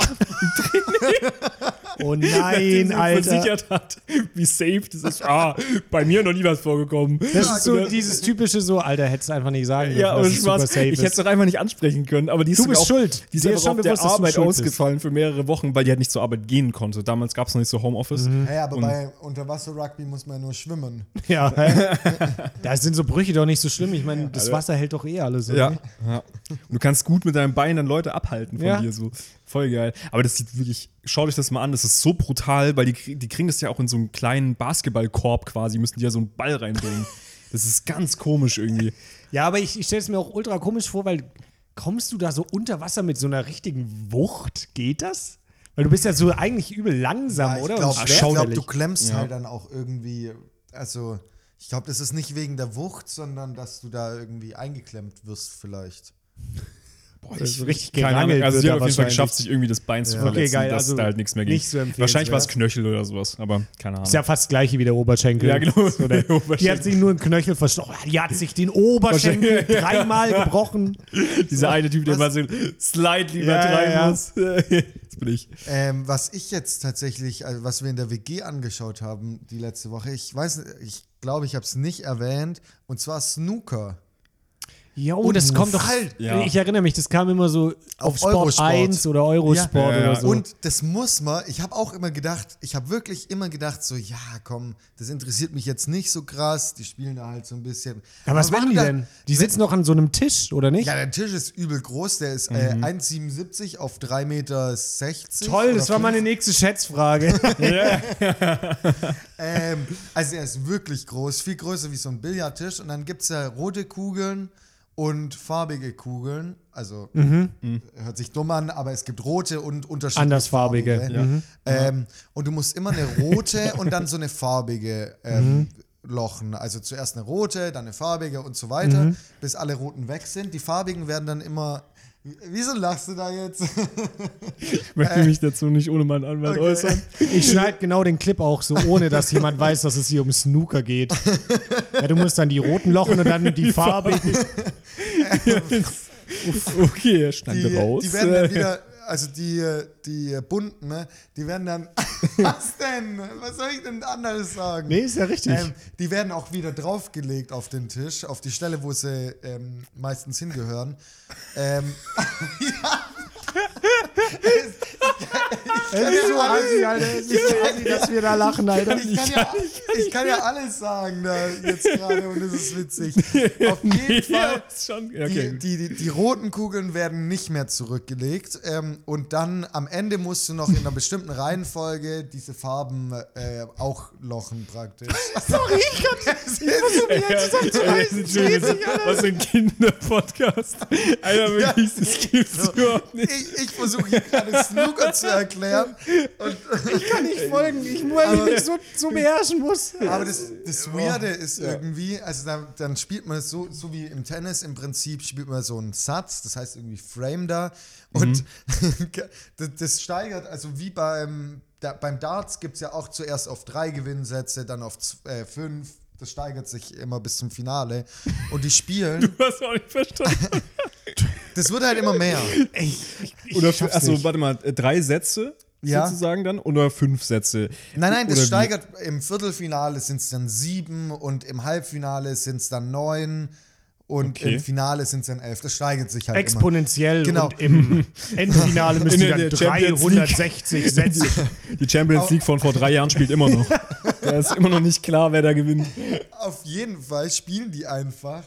Speaker 2: Oh
Speaker 3: nachdem
Speaker 2: nein,
Speaker 3: sie
Speaker 2: Alter.
Speaker 3: versichert hat, wie safe das ist. Ah, bei mir noch nie was vorgekommen.
Speaker 2: Das ist so dieses typische so, Alter, hättest du einfach nicht sagen dürfen,
Speaker 3: ne? ja,
Speaker 2: dass
Speaker 3: ohne
Speaker 2: es super
Speaker 3: Spaß.
Speaker 2: safe
Speaker 3: Ich hätte es
Speaker 2: ist.
Speaker 3: doch einfach nicht ansprechen können, aber die ist
Speaker 2: Du bist
Speaker 3: sogar auch,
Speaker 2: schuld.
Speaker 3: Die ist
Speaker 2: Dir
Speaker 3: einfach
Speaker 2: ist schon
Speaker 3: auf der
Speaker 2: bewusst, dass du
Speaker 3: Arbeit
Speaker 2: schuld bist.
Speaker 3: ausgefallen für mehrere Wochen, weil die halt nicht zur Arbeit gehen konnte. Damals gab es noch nicht so Homeoffice.
Speaker 2: Mhm.
Speaker 4: Hey, aber bei Unterwasser-Rugby muss man ja nur schwimmen.
Speaker 2: Ja, da sind so Brüche doch nicht so schlimm. Ich meine, das Wasser hält doch eh alles. oder?
Speaker 3: Ja. ja. Und du kannst gut mit deinem Bein dann Leute abhalten von
Speaker 2: Ja.
Speaker 3: dir. So. Voll geil. Aber das sieht wirklich, schau dich das mal an, das ist so brutal, weil die, krie- die kriegen das ja auch in so einem kleinen Basketballkorb quasi, müssen die ja so einen Ball reinbringen. Das ist ganz komisch irgendwie.
Speaker 2: Ja, aber ich, ich stelle es mir auch ultra komisch vor, weil kommst du da so unter Wasser mit so einer richtigen Wucht? Geht das? Weil du bist ja so eigentlich übel langsam,
Speaker 4: ich
Speaker 2: oder?
Speaker 4: glaube,
Speaker 2: Und schwer.
Speaker 4: glaub, du klemmst halt dann auch irgendwie. Also, ich glaube, das ist nicht wegen der Wucht, sondern dass du da irgendwie eingeklemmt wirst, vielleicht.
Speaker 3: Boah,
Speaker 2: Das ist richtig
Speaker 3: keine Ahnung.
Speaker 2: gerangelt
Speaker 3: Also, sie
Speaker 2: wird
Speaker 3: hat
Speaker 2: da
Speaker 3: auf jeden Fall
Speaker 2: wahrscheinlich.
Speaker 3: geschafft, sich irgendwie das Bein zu verletzen,
Speaker 2: Okay, geil,
Speaker 3: dass
Speaker 2: also
Speaker 3: da halt nichts mehr ging.
Speaker 2: nicht so empfehlenswert.
Speaker 3: Wahrscheinlich war es Knöchel oder sowas, aber keine Ahnung.
Speaker 2: Ist ja fast gleich wie der Oberschenkel.
Speaker 3: Ja, genau.
Speaker 2: So der- Die hat sich nur einen Knöchel verstochen. Die hat sich den Oberschenkel dreimal gebrochen.
Speaker 3: Dieser eine Typ, der immer so slightly übertreiben
Speaker 2: übertreiben
Speaker 3: muss. das bin ich.
Speaker 4: Ähm, was ich jetzt tatsächlich, also was wir in der WG angeschaut haben die letzte Woche, ich weiß, nicht, ich glaube, ich habe es nicht erwähnt, und zwar Snooker.
Speaker 2: Ja, oh, das
Speaker 4: Und
Speaker 2: kommt doch.
Speaker 4: halt.
Speaker 3: Ja.
Speaker 2: Ich erinnere mich, das kam immer so auf,
Speaker 4: Auf
Speaker 2: Sport
Speaker 4: Eurosport.
Speaker 2: 1 oder Eurosport
Speaker 3: Ja. Ja, ja.
Speaker 2: oder so.
Speaker 4: Und das muss man, ich habe auch immer gedacht, ich habe wirklich immer gedacht, so, ja, komm, das interessiert mich jetzt nicht so krass, die spielen da halt so ein bisschen.
Speaker 2: ja, was
Speaker 4: wenn
Speaker 2: machen die
Speaker 4: du da-
Speaker 2: denn? Die sitzen doch an so einem Tisch, oder nicht?
Speaker 4: Ja, der Tisch ist übel groß, der ist äh, 1,77 auf 3,60 Meter.
Speaker 2: Mhm. Toll, das
Speaker 4: oder
Speaker 2: war meine nächste Schätzfrage.
Speaker 4: Ähm, also er ist wirklich groß, viel größer wie so ein Billardtisch. Und dann gibt es ja rote Kugeln und farbige Kugeln. Also hört sich dumm an, aber es gibt rote und unterschiedliche.
Speaker 2: Andersfarbige,
Speaker 4: Farbige. Ähm, und du musst immer eine rote und dann so eine farbige ähm, lochen. Also zuerst eine rote, dann eine farbige und so weiter, bis alle roten weg sind. Die farbigen werden dann immer. Wieso lachst du da jetzt?
Speaker 1: Ich möchte mich dazu nicht ohne meinen Anwalt
Speaker 4: Okay.
Speaker 1: äußern.
Speaker 2: Ich schneide genau den Clip auch so, ohne dass jemand weiß, dass es hier um Snooker geht. Ja, du musst dann die roten lochen und dann die Farbe.
Speaker 1: Okay, er stand
Speaker 4: die,
Speaker 1: raus.
Speaker 4: Die werden dann wieder, also die, äh, die äh, bunten, ne? die werden dann, was denn? Was soll ich denn anderes sagen?
Speaker 2: Nee, ist ja richtig.
Speaker 4: Ähm, die werden auch wieder draufgelegt auf den Tisch, auf die Stelle, wo sie ähm, meistens hingehören. Ähm,
Speaker 2: Es ist so assi, Alter. Es ist so assi, dass wir da lachen, Alter.
Speaker 4: ich, kann ja, ich kann ja alles sagen da jetzt gerade und es ist witzig. Auf jeden Fall.
Speaker 1: ja, ist schon, ja, okay.
Speaker 4: Die, die, die, die roten Kugeln werden nicht mehr zurückgelegt. Ähm, und dann am Ende musst du noch in einer bestimmten Reihenfolge diese Farben äh, auch lochen praktisch. Sorry, ich kann
Speaker 1: Was für ein Kinderpodcast. Alter, wirklich, das gibt's überhaupt nicht.
Speaker 4: Ich, ich versuche hier gerade Snooker zu erklären.
Speaker 2: Ich kann nicht folgen, ich, weil ich mich so, so beherrschen muss.
Speaker 4: Aber
Speaker 3: Äh,
Speaker 4: das, das Weirde ist irgendwie, also dann, dann spielt man es so, so wie im Tennis im Prinzip, spielt man so einen Satz, das heißt irgendwie Frame da. Und
Speaker 3: Mhm.
Speaker 4: das, das steigert, also wie beim, da, beim Darts gibt es ja auch zuerst auf drei Gewinnsätze, dann auf z- äh, fünf. Das steigert sich immer bis zum Finale. Und die spielen,
Speaker 1: Du hast auch nicht verstanden.
Speaker 4: das wird halt immer mehr.
Speaker 3: Oder für, achso, warte mal, äh, drei Sätze
Speaker 4: Ja.
Speaker 3: sozusagen dann oder fünf Sätze?
Speaker 4: Nein, nein,
Speaker 3: Oder
Speaker 4: das
Speaker 3: wie?
Speaker 4: steigert. Im Viertelfinale sind es dann sieben und im Halbfinale sind es dann neun und
Speaker 3: Okay.
Speaker 4: im Finale sind es dann elf. Das steigert sich halt immer.
Speaker 2: Exponentiell
Speaker 4: Genau.
Speaker 2: und im Endfinale
Speaker 3: In
Speaker 2: müssen die
Speaker 3: der-
Speaker 2: dann
Speaker 3: der Champions League.
Speaker 2: 360 Sätze.
Speaker 3: Die Champions League von vor drei Jahren spielt immer noch. da ist immer noch nicht klar, wer da gewinnt.
Speaker 4: Auf jeden Fall spielen die einfach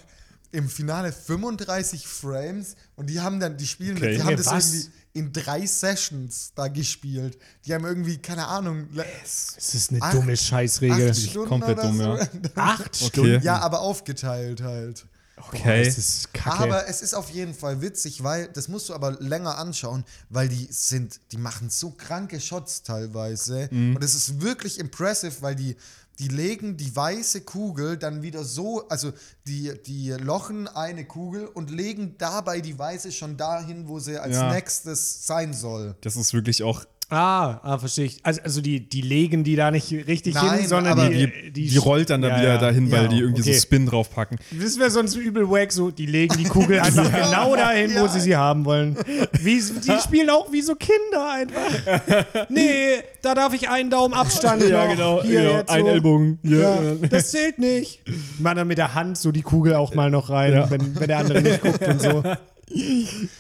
Speaker 4: im Finale 35 Frames und die haben dann, die spielen,
Speaker 3: Okay.
Speaker 4: die
Speaker 2: Junge,
Speaker 4: haben das
Speaker 2: was?
Speaker 4: irgendwie in drei Sessions da gespielt. Die haben irgendwie, keine Ahnung, le-
Speaker 2: Das ist eine
Speaker 4: Ach,
Speaker 2: dumme Scheißregel.
Speaker 4: acht Stunden
Speaker 3: komplett
Speaker 4: oder
Speaker 3: dumm,
Speaker 4: so.
Speaker 3: ja.
Speaker 2: Acht
Speaker 4: Ja.
Speaker 2: Stunden.
Speaker 4: aber aufgeteilt halt.
Speaker 3: Okay.
Speaker 2: Das ist kacke.
Speaker 4: Aber es ist auf jeden Fall witzig, weil, das musst du aber länger anschauen, weil die sind, die machen so kranke Shots teilweise. Und es ist wirklich impressive, weil die, die legen die weiße Kugel dann wieder so, also die, die lochen eine Kugel und legen dabei die weiße schon dahin, wo sie als
Speaker 3: Ja.
Speaker 4: nächstes sein soll.
Speaker 3: das ist wirklich auch.
Speaker 2: ah, ah, verstehe ich. Also, also die, die legen die da nicht richtig hin,
Speaker 4: Nein,
Speaker 2: sondern
Speaker 4: aber
Speaker 2: die,
Speaker 3: Die, die rollt dann da
Speaker 2: Ja,
Speaker 3: wieder
Speaker 2: ja. Genau,
Speaker 3: dahin, weil
Speaker 4: Ja,
Speaker 3: die irgendwie
Speaker 2: okay.
Speaker 3: so Spin draufpacken.
Speaker 2: Das wäre sonst übel wack, so die legen die Kugel einfach genau dahin, wo
Speaker 4: Ja.
Speaker 2: sie sie haben wollen. Wie, die spielen auch wie so Kinder einfach. Nee, da darf ich einen Daumen Abstand.
Speaker 3: Ja,
Speaker 2: noch.
Speaker 3: genau,
Speaker 2: Hier
Speaker 3: genau.
Speaker 2: jetzt
Speaker 3: Ein
Speaker 2: so.
Speaker 3: Ellbogen. Ja.
Speaker 2: Ja, das zählt nicht. Man dann mit der Hand so die Kugel auch mal noch rein, wenn, wenn der andere nicht guckt und so.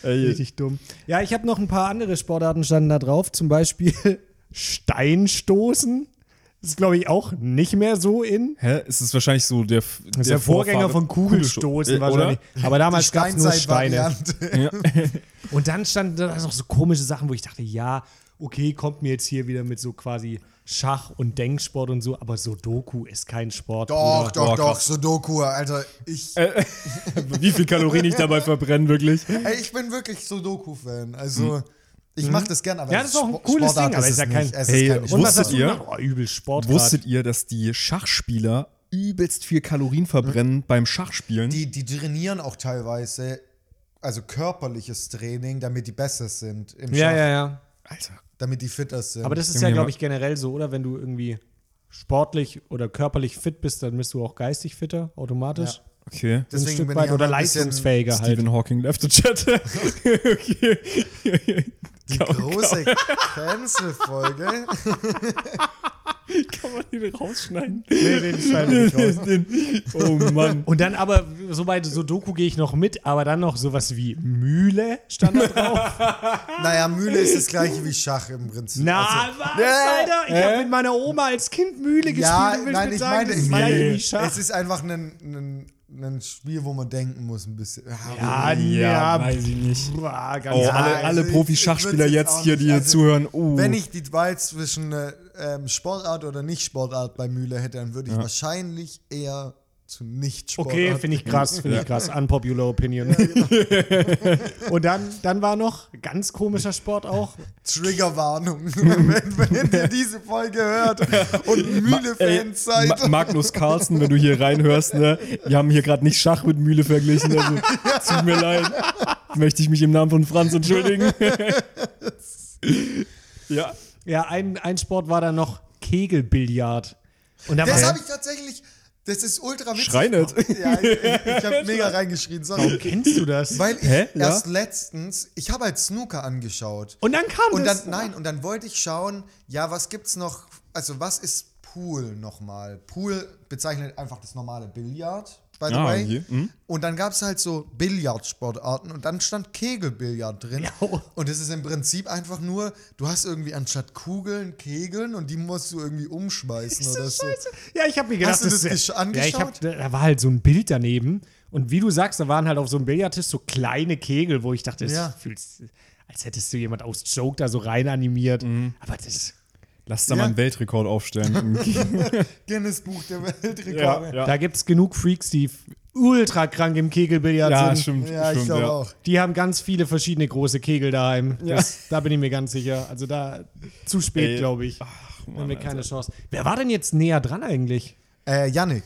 Speaker 3: Ey,
Speaker 2: Richtig dumm. Ja, ich habe noch ein paar andere Sportarten standen da drauf. Zum Beispiel Steinstoßen. Das ist, glaube ich, auch nicht mehr so in.
Speaker 3: Hä? Es ist wahrscheinlich so der. f-
Speaker 2: Das ist der, Vorgänger
Speaker 3: Vorfahre-
Speaker 2: von Kugelstoßen
Speaker 3: Kugelsto- äh,
Speaker 2: wahrscheinlich. Aber
Speaker 4: Die
Speaker 2: damals gab es nur Steine.
Speaker 4: Steinzeit-Variante.
Speaker 2: Und dann standen da noch so komische Sachen, wo ich dachte, ja, okay, kommt mir jetzt hier wieder mit so quasi Schach und Denksport und so, aber Sudoku ist kein Sport.
Speaker 4: Doch,
Speaker 2: Bruder.
Speaker 4: doch,
Speaker 3: Boah,
Speaker 4: doch,
Speaker 3: krass.
Speaker 4: Sudoku, Alter. Ich,
Speaker 3: Oder? Wie viel Kalorien ich dabei verbrenne, wirklich?
Speaker 4: Ey, ich bin wirklich Sudoku-Fan. Also, ich mache das gern, aber
Speaker 2: Mhm. Ja, das ist auch ein
Speaker 4: Spo-
Speaker 2: cooles
Speaker 4: Sportart
Speaker 2: Ding, aber
Speaker 4: es
Speaker 2: ist ja kein-
Speaker 4: nicht. Es
Speaker 3: Hey,
Speaker 4: ist kein
Speaker 3: und
Speaker 2: Und was
Speaker 3: Wusstet
Speaker 2: hast du
Speaker 3: ihr-
Speaker 2: gemacht? Oh, übel Sport.
Speaker 3: Wusstet ihr, dass die Schachspieler übelst viel Kalorien verbrennen beim Schachspielen?
Speaker 4: die, die trainieren auch teilweise, also körperliches Training, damit die besser sind im Schach,
Speaker 2: Ja, ja, ja.
Speaker 3: Alter.
Speaker 4: damit die fitter sind.
Speaker 2: Aber das ist ja, glaube ich, generell so, oder? Wenn du irgendwie sportlich oder körperlich fit bist, dann bist du auch geistig fitter, automatisch.
Speaker 4: Ja.
Speaker 3: Okay.
Speaker 2: Ein
Speaker 4: Deswegen
Speaker 2: Stück
Speaker 4: bin ich
Speaker 2: weit
Speaker 4: auch
Speaker 2: oder
Speaker 4: ein bisschen-
Speaker 2: leistungsfähiger halt.
Speaker 3: Stephen Hawking left the chat. okay.
Speaker 4: die große Cancel-Folge.
Speaker 1: Kann man den rausschneiden?
Speaker 2: Nee, den schneiden wir nicht raus.
Speaker 1: Den- oh Mann.
Speaker 2: Und dann aber, so bei so Doku gehe ich noch mit, aber dann noch sowas wie Mühle stand da drauf.
Speaker 4: Naja, Mühle ist das gleiche wie Schach im Prinzip.
Speaker 2: Na,
Speaker 4: Also-
Speaker 2: was,
Speaker 4: Nee.
Speaker 2: Alter? Ich habe mit meiner Oma als Kind Mühle gespielt
Speaker 4: Ja,
Speaker 2: und will
Speaker 4: nein,
Speaker 2: mit
Speaker 4: ich
Speaker 2: sagen,
Speaker 4: meine,
Speaker 2: das ist
Speaker 4: ich meine,
Speaker 2: gleich wie
Speaker 4: es
Speaker 2: Schach.
Speaker 4: ist einfach ein, ein, ein Spiel, wo man denken muss ein bisschen.
Speaker 2: Ah,
Speaker 1: Ja,
Speaker 2: ja,
Speaker 1: weiß ich nicht.
Speaker 2: boah, ganz
Speaker 3: Oh,
Speaker 2: ja,
Speaker 3: alle,
Speaker 4: also
Speaker 3: alle
Speaker 4: ich- ich
Speaker 3: Profi-Schachspieler
Speaker 4: würd's jetzt
Speaker 3: jetzt
Speaker 4: auch
Speaker 3: hier,
Speaker 4: nicht-
Speaker 3: die hier
Speaker 4: also,
Speaker 3: zuhören. Uh.
Speaker 4: Wenn ich die Wahl zwischen äh, ähm, Sportart oder Nicht-Sportart bei Mühle hätte, dann würde ich wahrscheinlich eher zu Nicht-Sportart.
Speaker 2: Okay, finde ich krass, finde ich krass. Unpopular Opinion.
Speaker 4: genau.
Speaker 2: Und dann, dann war noch ganz komischer Sport auch.
Speaker 4: Triggerwarnung. wenn, wenn ihr diese Folge hört und Mühle-Fans
Speaker 3: Ey,
Speaker 4: seid.
Speaker 3: äh, Ma Magnus Carlsen, wenn du hier reinhörst, ne? Wir haben hier gerade nicht Schach mit Mühle verglichen. Also, tut mir leid. Möchte ich mich im Namen von Franz entschuldigen. ja.
Speaker 2: Ja, ein, ein Sport war dann noch Kegelbillard. Und da
Speaker 4: Das
Speaker 2: war,
Speaker 4: habe ich tatsächlich. Das ist ultra witzig.
Speaker 3: Schrei nicht.
Speaker 4: Ja, ich, ich habe mega reingeschrien, sorry.
Speaker 2: kennst du das?
Speaker 4: Weil ich
Speaker 3: Hä? Ja?
Speaker 4: erst letztens, ich habe halt Snooker angeschaut.
Speaker 2: Und dann kam
Speaker 4: Und dann,
Speaker 2: das.
Speaker 4: nein, und dann wollte ich schauen, ja, was gibt's noch, also was ist Pool nochmal? Pool bezeichnet einfach das normale Billard, by the
Speaker 3: Ah,
Speaker 4: way.
Speaker 3: okay. Mhm.
Speaker 4: Und dann gab's halt so Billardsportarten und dann stand Kegelbillard drin.
Speaker 2: Ja.
Speaker 4: Und es ist im Prinzip einfach nur, du hast irgendwie anstatt Kugeln Kegeln und die musst du irgendwie umschmeißen oder so.
Speaker 2: Scheiße. Ja, ich habe mir gedacht,
Speaker 4: Hast du das
Speaker 2: ist-
Speaker 4: gesch-
Speaker 2: ja, ich hab,
Speaker 4: angeschaut?
Speaker 2: da da war halt so ein Bild daneben und wie du sagst, da waren halt auf so einem Billardtisch so kleine Kegel, wo ich dachte, es
Speaker 4: Ja.
Speaker 2: fühlt als hättest du jemand aus Joke da so rein animiert,
Speaker 4: Mhm.
Speaker 2: aber das
Speaker 3: Lass da
Speaker 4: Ja.
Speaker 3: mal einen Weltrekord aufstellen.
Speaker 4: Guinness Buch der Weltrekorde.
Speaker 2: Da gibt es genug Freaks, die f- ultra krank im Kegelbillard
Speaker 3: Ja,
Speaker 2: sind.
Speaker 3: stimmt.
Speaker 4: Ja, ich
Speaker 3: stimmt,
Speaker 4: glaube
Speaker 3: ja.
Speaker 4: auch.
Speaker 2: Die haben ganz viele verschiedene große Kegel daheim. Das, da bin ich mir ganz sicher. Also da zu
Speaker 3: Ey.
Speaker 2: spät, glaube ich. haben wir keine Chance. Wer war denn jetzt näher dran eigentlich?
Speaker 4: Äh, Yannick.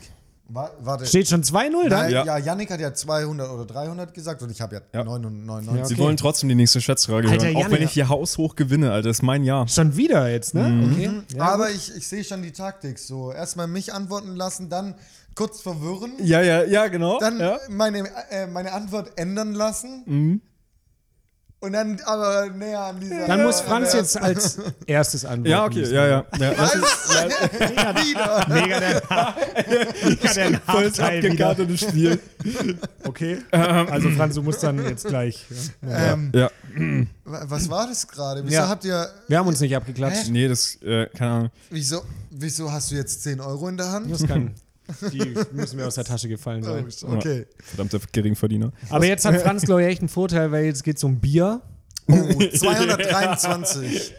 Speaker 4: Wa- Warte.
Speaker 2: Steht schon 2-0 da?
Speaker 4: Nein,
Speaker 3: Ja.
Speaker 4: ja. Yannick hat ja 200 oder 300 gesagt und ich habe ja,
Speaker 3: Ja.
Speaker 4: 999.
Speaker 3: Sie
Speaker 2: Okay.
Speaker 3: wollen trotzdem die nächste Schätzfrage
Speaker 2: Alter,
Speaker 3: hören. Auch
Speaker 2: Janne.
Speaker 3: wenn ich hier haushoch gewinne, Alter. Das ist mein Jahr.
Speaker 2: Schon wieder jetzt, ne?
Speaker 4: Mhm.
Speaker 2: Okay.
Speaker 4: Aber ich, ich sehe schon die Taktik so. Erstmal mich antworten lassen, dann kurz verwirren,
Speaker 3: Ja, ja, ja, genau.
Speaker 4: dann
Speaker 3: ja.
Speaker 4: meine, äh, meine Antwort ändern lassen. Und dann aber näher an dieser.
Speaker 2: Dann muss
Speaker 4: an
Speaker 2: Franz
Speaker 4: der-
Speaker 2: jetzt als erstes antworten.
Speaker 3: Ja, okay, ja, ja. ja das ist
Speaker 4: Wieder.
Speaker 2: Mega der, Mega der
Speaker 3: volles
Speaker 2: Nachteil wieder.
Speaker 3: abgekartetes Spiel.
Speaker 2: Okay.
Speaker 3: Ähm.
Speaker 2: Also Franz, du musst dann jetzt gleich. Ja.
Speaker 4: Ähm,
Speaker 3: Ja.
Speaker 4: wa- Was war das gerade? Wieso
Speaker 2: Ja.
Speaker 4: habt ihr.
Speaker 2: Wir haben uns nicht abgeklatscht.
Speaker 3: Nee, das, äh, keine Ahnung.
Speaker 4: Wieso, wieso hast du jetzt 10 Euro in der Hand?
Speaker 2: Das kann. Die müssen mir aus der Tasche gefallen sein.
Speaker 4: Okay.
Speaker 3: Verdammter Geringverdiener.
Speaker 2: Aber jetzt hat Franz, glaube ich, echt einen Vorteil, weil jetzt geht es um Bier,
Speaker 4: Oh, 223.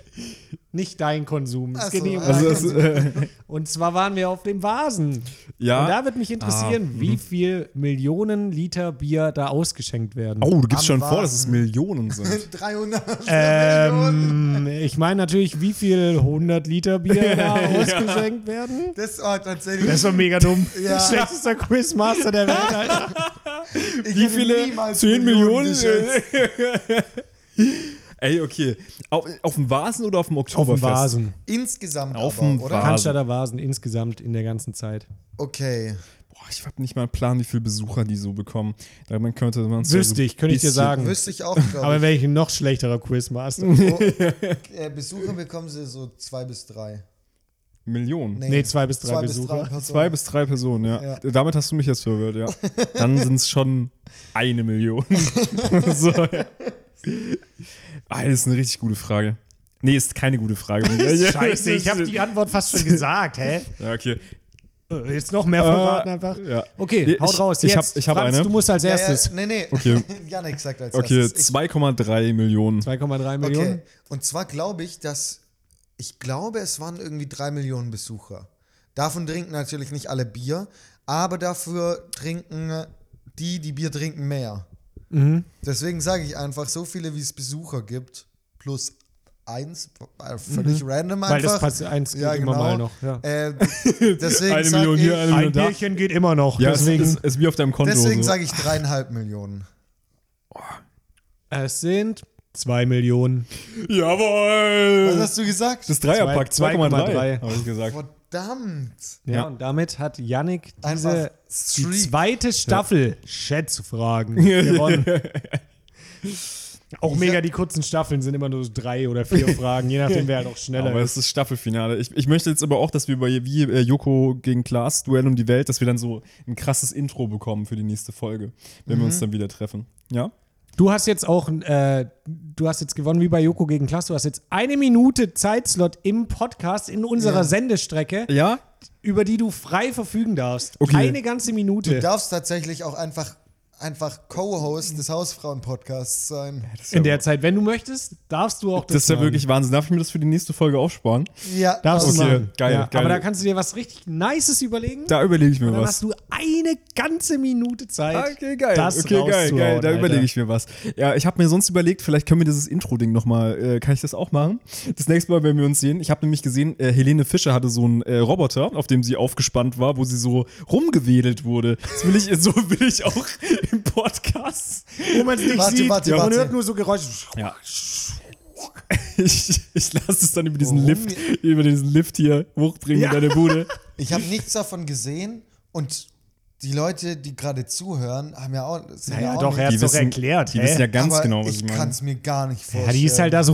Speaker 2: nicht dein Konsum. Es
Speaker 4: Ach
Speaker 2: geht
Speaker 4: so,
Speaker 2: nicht um
Speaker 4: ah,
Speaker 2: deinen
Speaker 3: Also, das,
Speaker 2: Konsum.
Speaker 3: äh,
Speaker 2: Und zwar waren wir auf dem Vasen.
Speaker 3: Ja. Ah, mhm.
Speaker 2: Und da wird mich interessieren, wie viel Millionen Liter Bier da ausgeschenkt werden.
Speaker 3: oh, du gibst
Speaker 4: Am
Speaker 3: schon vor, dass es
Speaker 4: Vasen.
Speaker 3: Millionen sind.
Speaker 4: 300
Speaker 2: Ähm,
Speaker 4: Millionen.
Speaker 2: ich meine natürlich, wie viel 100 Liter Bier da ausgeschenkt werden.
Speaker 4: Das war tatsächlich.
Speaker 2: Das ist doch mega dumm.
Speaker 4: Ja.
Speaker 2: Schlechtester Quizmaster der Welt. Alter.
Speaker 4: ich
Speaker 3: Wie
Speaker 4: hätte
Speaker 3: viele?
Speaker 4: niemals
Speaker 3: 10 Millionen?
Speaker 4: geschätzt.
Speaker 3: Ey, okay. Au- auf dem Vasen oder auf dem
Speaker 2: Auf dem
Speaker 3: Oktoberfest?
Speaker 2: Vasen.
Speaker 4: Insgesamt
Speaker 3: Auf
Speaker 4: aber,
Speaker 3: dem
Speaker 4: oder?
Speaker 3: Wagen.
Speaker 2: Cannstatter Vasen insgesamt in der ganzen Zeit.
Speaker 4: Okay.
Speaker 3: Boah, ich habe nicht mal einen Plan, wie viele Besucher die so bekommen. Damit könnte man es ja so
Speaker 2: Wüsste ich, könnte ich dir
Speaker 3: bisschen-
Speaker 2: sagen.
Speaker 4: Wüsste ich auch, glaube
Speaker 2: Hm. Aber wäre ich ein noch schlechterer Quizmaster.
Speaker 4: ich. Äh, Besucher bekommen sie so zwei bis drei.
Speaker 3: Millionen.
Speaker 2: Nee, zwei bis drei
Speaker 4: zwei
Speaker 2: Besucher.
Speaker 4: Personen.
Speaker 3: Zwei bis drei Personen, ja.
Speaker 4: Ja.
Speaker 3: Damit hast du mich jetzt verwirrt, ja. Dann sind es schon eine Million. so, ja. Ah, das ist eine richtig gute Frage. Nee, ist keine gute Frage.
Speaker 2: Scheiße, ich habe die Antwort fast schon gesagt, hä?
Speaker 3: Ja, okay.
Speaker 2: Äh, Jetzt noch mehr verraten einfach.
Speaker 3: ja.
Speaker 2: Okay,
Speaker 3: Nee,
Speaker 2: haut
Speaker 3: äh, ich-
Speaker 2: raus.
Speaker 3: ich
Speaker 2: Jetzt.
Speaker 3: hab- ich hab
Speaker 2: Franz,
Speaker 3: eine.
Speaker 2: du musst als
Speaker 4: Ja,
Speaker 2: erstes.
Speaker 4: Ja, nee, nee.
Speaker 3: Okay.
Speaker 4: Janik sagt als
Speaker 3: Okay,
Speaker 4: erstes.
Speaker 3: 2,3 Millionen.
Speaker 2: 2,3
Speaker 4: Ich,
Speaker 2: Millionen.
Speaker 4: okay. Und zwar glaube ich, dass. Ich glaube, es waren irgendwie drei Millionen Besucher. Davon trinken natürlich nicht alle Bier, aber dafür trinken die, die Bier trinken, mehr.
Speaker 2: Mhm.
Speaker 4: Deswegen sage ich einfach, so viele wie es Besucher gibt, plus eins, äh, völlig random einfach.
Speaker 2: Mhm. Weil das passt eins geht immer mal noch. Ja.
Speaker 4: Äh, deswegen
Speaker 3: Eine
Speaker 4: sag
Speaker 3: Million
Speaker 4: ich,
Speaker 3: hier, eine Millionen da.
Speaker 2: geht immer noch.
Speaker 3: Ja, deswegen, es ist, ist wie auf deinem Konto.
Speaker 4: Deswegen
Speaker 3: so.
Speaker 4: sage ich dreieinhalb Millionen.
Speaker 2: es sind 2 Millionen.
Speaker 4: Was
Speaker 3: Jawohl!
Speaker 4: hast du gesagt?
Speaker 3: Äh, Das Dreierpack,
Speaker 2: Also, Zwei-
Speaker 3: 2,3.
Speaker 2: 2,3.
Speaker 3: Habe ich gesagt.
Speaker 4: Verdammt.
Speaker 2: Ja,
Speaker 3: Ja.
Speaker 2: und damit hat Yannick
Speaker 4: Einfach
Speaker 2: diese die
Speaker 4: Streak.
Speaker 2: zweite Staffel Schätzfragen gewonnen. Auch mega die kurzen Staffeln sind immer nur so drei oder vier Fragen, je nachdem, wer halt auch schneller
Speaker 3: Aber
Speaker 2: ist.
Speaker 3: es ist Staffelfinale. Ich, ich möchte jetzt aber auch, dass wir bei wie äh, Joko gegen Klaas Duell um die Welt, dass wir dann so ein krasses Intro bekommen für die nächste Folge, wenn wir uns dann wieder treffen. Ja?
Speaker 2: Du hast jetzt auch, äh, du hast jetzt gewonnen wie bei Joko gegen Klaas. Du hast jetzt eine Minute Zeitslot im Podcast in unserer
Speaker 4: Ja.
Speaker 2: Sendestrecke,
Speaker 3: Ja?
Speaker 2: über die du frei verfügen darfst.
Speaker 3: Okay.
Speaker 2: Eine ganze Minute.
Speaker 4: Du darfst tatsächlich auch einfach, einfach Co-Host des Hausfrauen-Podcasts sein.
Speaker 2: In der Zeit, wenn du möchtest, darfst du auch das
Speaker 3: Das ist ja
Speaker 2: machen.
Speaker 3: wirklich Wahnsinn. Darf ich mir das für die nächste Folge aufsparen?
Speaker 4: Ja,
Speaker 2: Darfst du
Speaker 3: Okay,
Speaker 2: machen.
Speaker 3: geil,
Speaker 2: ja,
Speaker 3: geil.
Speaker 2: Aber da kannst du dir was richtig Nices überlegen.
Speaker 3: Da überlege ich mir
Speaker 2: dann
Speaker 3: was.
Speaker 2: hast du eine ganze Minute Zeit.
Speaker 3: Okay, geil.
Speaker 2: Das
Speaker 3: okay, geil,
Speaker 2: rauszuhauen,
Speaker 3: geil. Da
Speaker 2: Alter.
Speaker 3: überlege ich mir was. Ja, ich habe mir sonst überlegt, vielleicht können wir dieses Intro-Ding nochmal, äh, kann ich das auch machen? Das nächste Mal, wenn wir uns sehen. Ich habe nämlich gesehen, äh, Helene Fischer hatte so einen äh, Roboter, auf dem sie aufgespannt war, wo sie so rumgewedelt wurde. Das will ich, so will ich auch im Podcast.
Speaker 2: Wo man es nicht
Speaker 4: Warte,
Speaker 2: sieht.
Speaker 4: warte,
Speaker 2: man
Speaker 4: warte.
Speaker 2: hört nur so Geräusche.
Speaker 3: Ja. Ich, ich lasse es dann über diesen
Speaker 4: Warum?
Speaker 3: Lift, über diesen Lift hier hochbringen
Speaker 2: Ja.
Speaker 3: in deine Bude.
Speaker 4: ich habe nichts davon gesehen und die Leute, die gerade zuhören, haben ja auch. Sind
Speaker 2: Naja,
Speaker 4: ja auch
Speaker 2: doch, er
Speaker 4: nicht,
Speaker 2: hat's doch erklärt.
Speaker 3: Die
Speaker 2: hä?
Speaker 3: wissen ja ganz
Speaker 4: aber
Speaker 3: genau, was
Speaker 4: ich
Speaker 3: ich, meine.
Speaker 4: kann es mir gar nicht vorstellen.
Speaker 2: Ja, die ist halt da so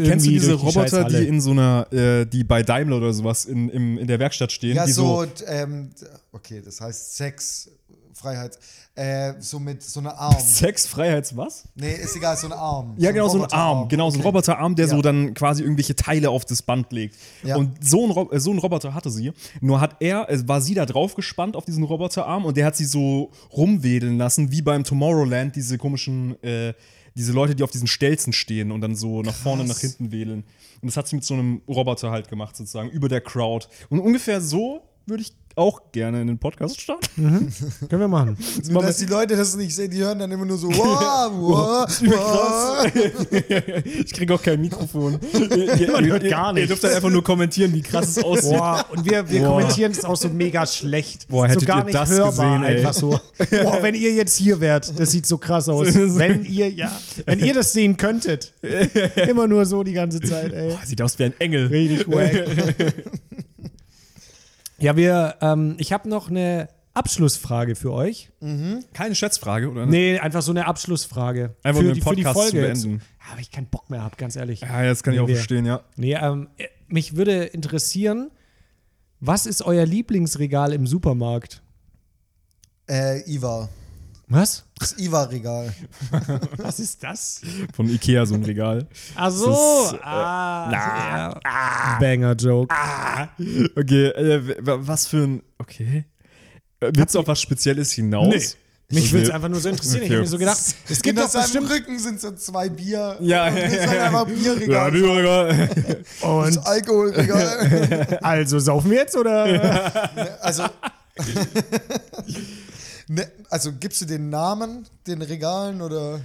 Speaker 3: Ey, kennst du
Speaker 2: irgendwie
Speaker 3: diese
Speaker 2: durch die
Speaker 3: Roboter,
Speaker 2: Scheißhalle.
Speaker 3: die in so einer, äh, die bei Daimler oder sowas in, im, in der Werkstatt stehen?
Speaker 4: Ja,
Speaker 3: die
Speaker 4: so, d- ähm, d- okay, das heißt Sex, Freiheit, äh, so mit so einer Arm.
Speaker 3: Sex, Freiheits, was?
Speaker 4: Nee, ist egal, so ein Arm.
Speaker 3: Ja, genau, so ein
Speaker 4: Roboterarm.
Speaker 3: Arm. Genau, so ein Roboterarm, der
Speaker 4: Ja.
Speaker 3: so dann quasi irgendwelche Teile auf das Band legt.
Speaker 4: Ja.
Speaker 3: Und so ein, Rob- äh, so ein Roboter hatte sie. Nur hat er, äh, war sie da drauf gespannt auf diesen Roboterarm und der hat sie so rumwedeln lassen, wie beim Tomorrowland, diese komischen, äh, diese Leute, die auf diesen Stelzen stehen und dann so nach vorne, nach hinten wedeln. Und das hat sie mit so einem Roboter halt gemacht, sozusagen, über der Crowd. Und ungefähr so würde ich auch gerne in den Podcast starten.
Speaker 2: Können wir machen.
Speaker 4: Nur, dass die Leute das nicht sehen, die hören dann immer nur so, wow, wow, wow.
Speaker 3: Ich kriege auch kein Mikrofon. ihr, ihr,
Speaker 2: hört gar
Speaker 3: Ihr
Speaker 2: nichts.
Speaker 3: dürft dann einfach nur kommentieren, wie krass es aussieht.
Speaker 2: Boah, und wir, wir
Speaker 3: Boah.
Speaker 2: kommentieren es auch so mega schlecht.
Speaker 3: Boah,
Speaker 2: so
Speaker 3: hättet
Speaker 2: gar
Speaker 3: ihr
Speaker 2: nicht
Speaker 3: das
Speaker 2: hörbar,
Speaker 3: gesehen, ey.
Speaker 2: einfach so. Boah, wenn ihr jetzt hier wärt, das sieht so krass aus. wenn ihr, ja, wenn ihr das sehen könntet. Immer nur so die ganze Zeit, ey.
Speaker 3: Boah, sieht aus wie ein Engel.
Speaker 2: Richtig wack. Ja, wir, ähm, ich habe noch eine Abschlussfrage für euch.
Speaker 3: Hm. Keine Schätzfrage, oder?
Speaker 2: Nee, einfach so eine Abschlussfrage.
Speaker 3: Einfach
Speaker 2: für
Speaker 3: um
Speaker 2: die,
Speaker 3: den
Speaker 2: für die
Speaker 3: Podcast zu
Speaker 2: Folge. jetzt.
Speaker 3: beenden.
Speaker 2: Ja, aber ich keinen Bock mehr habe, ganz ehrlich.
Speaker 3: Ja, das kann ich
Speaker 2: Nee,
Speaker 3: auch
Speaker 2: wir-
Speaker 3: verstehen, ja.
Speaker 2: Nee, ähm, äh, mich würde interessieren, was ist euer Lieblingsregal im Supermarkt?
Speaker 4: Äh, Iva.
Speaker 2: Was?
Speaker 4: Das Iva-Regal.
Speaker 2: Was ist das?
Speaker 3: Von Ikea so ein Regal.
Speaker 2: Ach so.
Speaker 3: Das ist, äh,
Speaker 2: ah,
Speaker 3: na, ah.
Speaker 2: ja. Banger-Joke.
Speaker 3: Okay, äh, w- w- was für ein. Okay. Äh, Willst du auf was Spezielles hinaus?
Speaker 2: Nee. Mich würde es
Speaker 3: Okay.
Speaker 2: einfach nur so interessieren. Ich
Speaker 3: Okay.
Speaker 2: habe mir so gedacht, es gibt
Speaker 4: In
Speaker 2: doch
Speaker 4: das seinem
Speaker 2: bestimmt...
Speaker 4: Rücken sind so zwei Bier.
Speaker 3: Ja,
Speaker 4: Das ist
Speaker 3: ja,
Speaker 4: halt
Speaker 3: ja.
Speaker 4: einfach
Speaker 3: Ja,
Speaker 4: Bierregal.
Speaker 3: Regal.
Speaker 2: Und
Speaker 4: Das Alkoholregal.
Speaker 3: äh,
Speaker 2: also, saufen wir jetzt oder?
Speaker 4: also. ne, also gibst du den Namen den Regalen oder.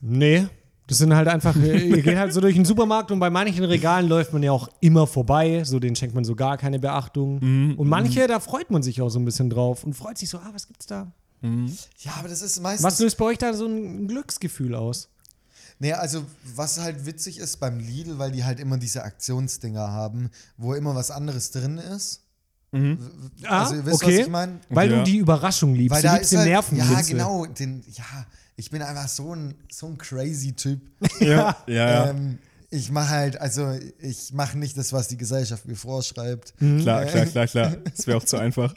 Speaker 2: nee. Das sind halt einfach, äh, ihr geht halt so durch den Supermarkt und bei manchen Regalen läuft man ja auch immer vorbei. So, denen schenkt man so gar keine Beachtung.
Speaker 4: Mhm,
Speaker 2: Und manche, da freut man sich auch so ein bisschen drauf und freut sich so, ah, was gibt's da?
Speaker 4: Ja, aber das ist meistens.
Speaker 2: Was löst bei euch da so ein Glücksgefühl aus?
Speaker 4: Nee, also was halt witzig ist beim Lidl, weil die halt immer diese Aktionsdinger haben, wo immer was anderes drin ist. W- w-
Speaker 2: Ah,
Speaker 4: also ihr wisst,
Speaker 2: okay.
Speaker 4: was ich meine?
Speaker 2: Weil
Speaker 3: Ja.
Speaker 2: du die Überraschung liebst.
Speaker 4: Weil
Speaker 2: du
Speaker 4: da
Speaker 2: liebst
Speaker 4: ist
Speaker 2: den
Speaker 4: halt,
Speaker 2: Nervenkitzel.
Speaker 4: Ja, genau. Den, ja, ich bin einfach so ein, so ein crazy Typ.
Speaker 3: Ja, ja. ja.
Speaker 4: Ähm, ich mache halt, also ich mache nicht das, was die Gesellschaft mir vorschreibt.
Speaker 3: Mhm.
Speaker 4: Äh,
Speaker 3: Klar, klar, klar, klar. Das wäre auch zu einfach.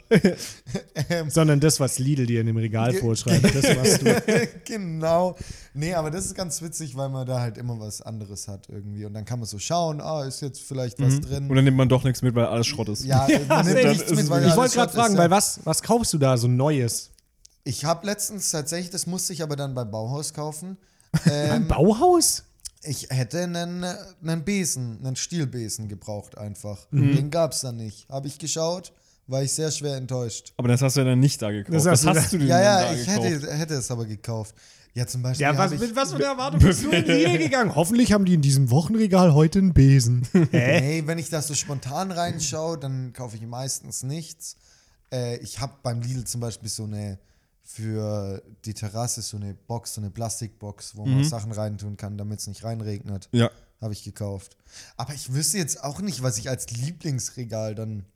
Speaker 2: Sondern das, was Lidl dir in dem Regal vorschreibt, das machst du.
Speaker 4: genau. Nee, aber das ist ganz witzig, weil man da halt immer was anderes hat irgendwie. Und dann kann man so schauen, ah, ist jetzt vielleicht was drin.
Speaker 3: Und dann nimmt man doch nichts mit, weil alles Schrott ist.
Speaker 4: ja, man nimmt
Speaker 2: nee,
Speaker 4: nichts
Speaker 3: ist-
Speaker 4: mit, weil
Speaker 2: ich
Speaker 4: alles
Speaker 2: wollte gerade
Speaker 4: Schrott ist,
Speaker 2: fragen,
Speaker 4: ja.
Speaker 2: weil was, was kaufst du da so Neues?
Speaker 4: Ich habe letztens tatsächlich, das musste ich aber dann beim Bauhaus kaufen. Ähm,
Speaker 2: Ein Bauhaus?
Speaker 4: Ich hätte einen, einen Besen, einen Stielbesen gebraucht einfach.
Speaker 3: Mhm.
Speaker 4: Den gab es dann nicht. Habe ich geschaut, war ich sehr schwer enttäuscht.
Speaker 3: Aber das hast du ja dann nicht da gekauft.
Speaker 2: Das hast
Speaker 3: Was
Speaker 2: du
Speaker 3: hast du denn
Speaker 4: Ja,
Speaker 3: dann
Speaker 4: ja,
Speaker 3: da
Speaker 4: ich
Speaker 3: gekauft?
Speaker 4: hätte, hätte es aber gekauft. Ja, zum Beispiel.
Speaker 2: Ja,
Speaker 4: hab
Speaker 2: was,
Speaker 4: ich,
Speaker 2: mit was für eine Erwartung bist du in Lidl gegangen? Hoffentlich haben die in diesem Wochenregal heute einen Besen. Hä?
Speaker 4: Nee, wenn ich da so spontan reinschaue, dann kaufe ich meistens nichts. Äh, ich habe beim Lidl zum Beispiel so eine für die Terrasse so eine Box, so eine Plastikbox, wo man
Speaker 3: Mhm.
Speaker 4: Sachen reintun kann, damit es nicht reinregnet.
Speaker 3: Ja.
Speaker 4: Habe ich gekauft. Aber ich wüsste jetzt auch nicht, was ich als Lieblingsregal dann.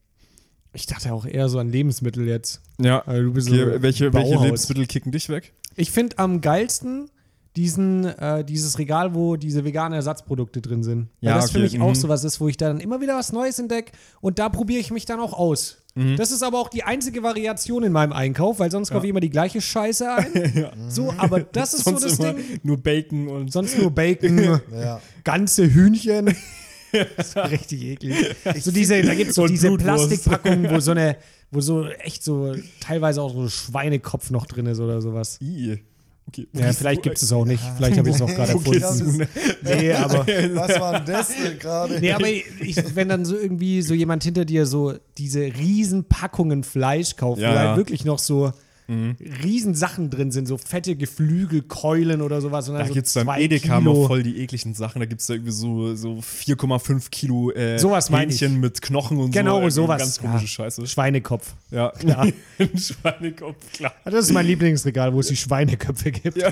Speaker 2: Ich dachte auch eher so an Lebensmittel jetzt.
Speaker 3: Ja.
Speaker 2: Also du bist so
Speaker 3: okay, welche, welche
Speaker 2: Bauhaus.
Speaker 3: Lebensmittel kicken dich weg?
Speaker 2: Ich finde am geilsten diesen, äh, dieses Regal, wo diese veganen Ersatzprodukte drin sind. Weil
Speaker 3: Ja,
Speaker 2: das für
Speaker 3: okay,
Speaker 2: mich
Speaker 3: mhm.
Speaker 2: auch sowas ist, wo ich dann immer wieder was Neues entdecke und da probiere ich mich dann auch aus. Das ist aber auch die einzige Variation in meinem Einkauf, weil sonst kaufe ich immer die gleiche Scheiße ein. So, aber das ist so
Speaker 1: Sonst
Speaker 2: das
Speaker 1: immer
Speaker 2: Ding.
Speaker 1: nur Bacon und
Speaker 2: Sonst nur Bacon,
Speaker 4: Ja.
Speaker 2: ganze Hühnchen. Das war richtig eklig. So diese, da gibt es so
Speaker 1: Und
Speaker 2: diese
Speaker 1: Blutwurst.
Speaker 2: Plastikpackungen, wo so eine, wo so echt so teilweise auch so ein Schweinekopf noch drin ist oder sowas.
Speaker 1: I. Okay.
Speaker 2: Ja, vielleicht gibt es es auch nicht. Vielleicht habe ich es auch gerade
Speaker 4: Okay, das
Speaker 2: erfunden. Nee, aber.
Speaker 4: Also, Was war denn das denn gerade?
Speaker 2: Nee, aber ich, wenn dann so irgendwie so jemand hinter dir so diese riesen Packungen Fleisch kauft,
Speaker 3: Ja,
Speaker 2: wo
Speaker 3: ja.
Speaker 2: halt wirklich noch so Mhm. riesen Sachen drin sind, so fette Geflügelkeulen oder sowas. Und dann
Speaker 3: Da
Speaker 2: so
Speaker 3: gibt's beim
Speaker 2: zwei
Speaker 3: Edeka
Speaker 2: Kilo.
Speaker 3: noch voll die ekligen Sachen. Da gibt es da irgendwie so, so 4,5 Kilo äh,
Speaker 2: Sowas meine ich.
Speaker 3: Hähnchen mit Knochen und so.
Speaker 2: Genau,
Speaker 3: Irgendwie
Speaker 2: sowas.
Speaker 3: Ganz komische
Speaker 2: Ja.
Speaker 3: Scheiße.
Speaker 2: Schweinekopf.
Speaker 3: Ja, klar.
Speaker 1: Ein Schweinekopf, klar.
Speaker 2: Das ist mein Lieblingsregal, wo es die Schweineköpfe gibt.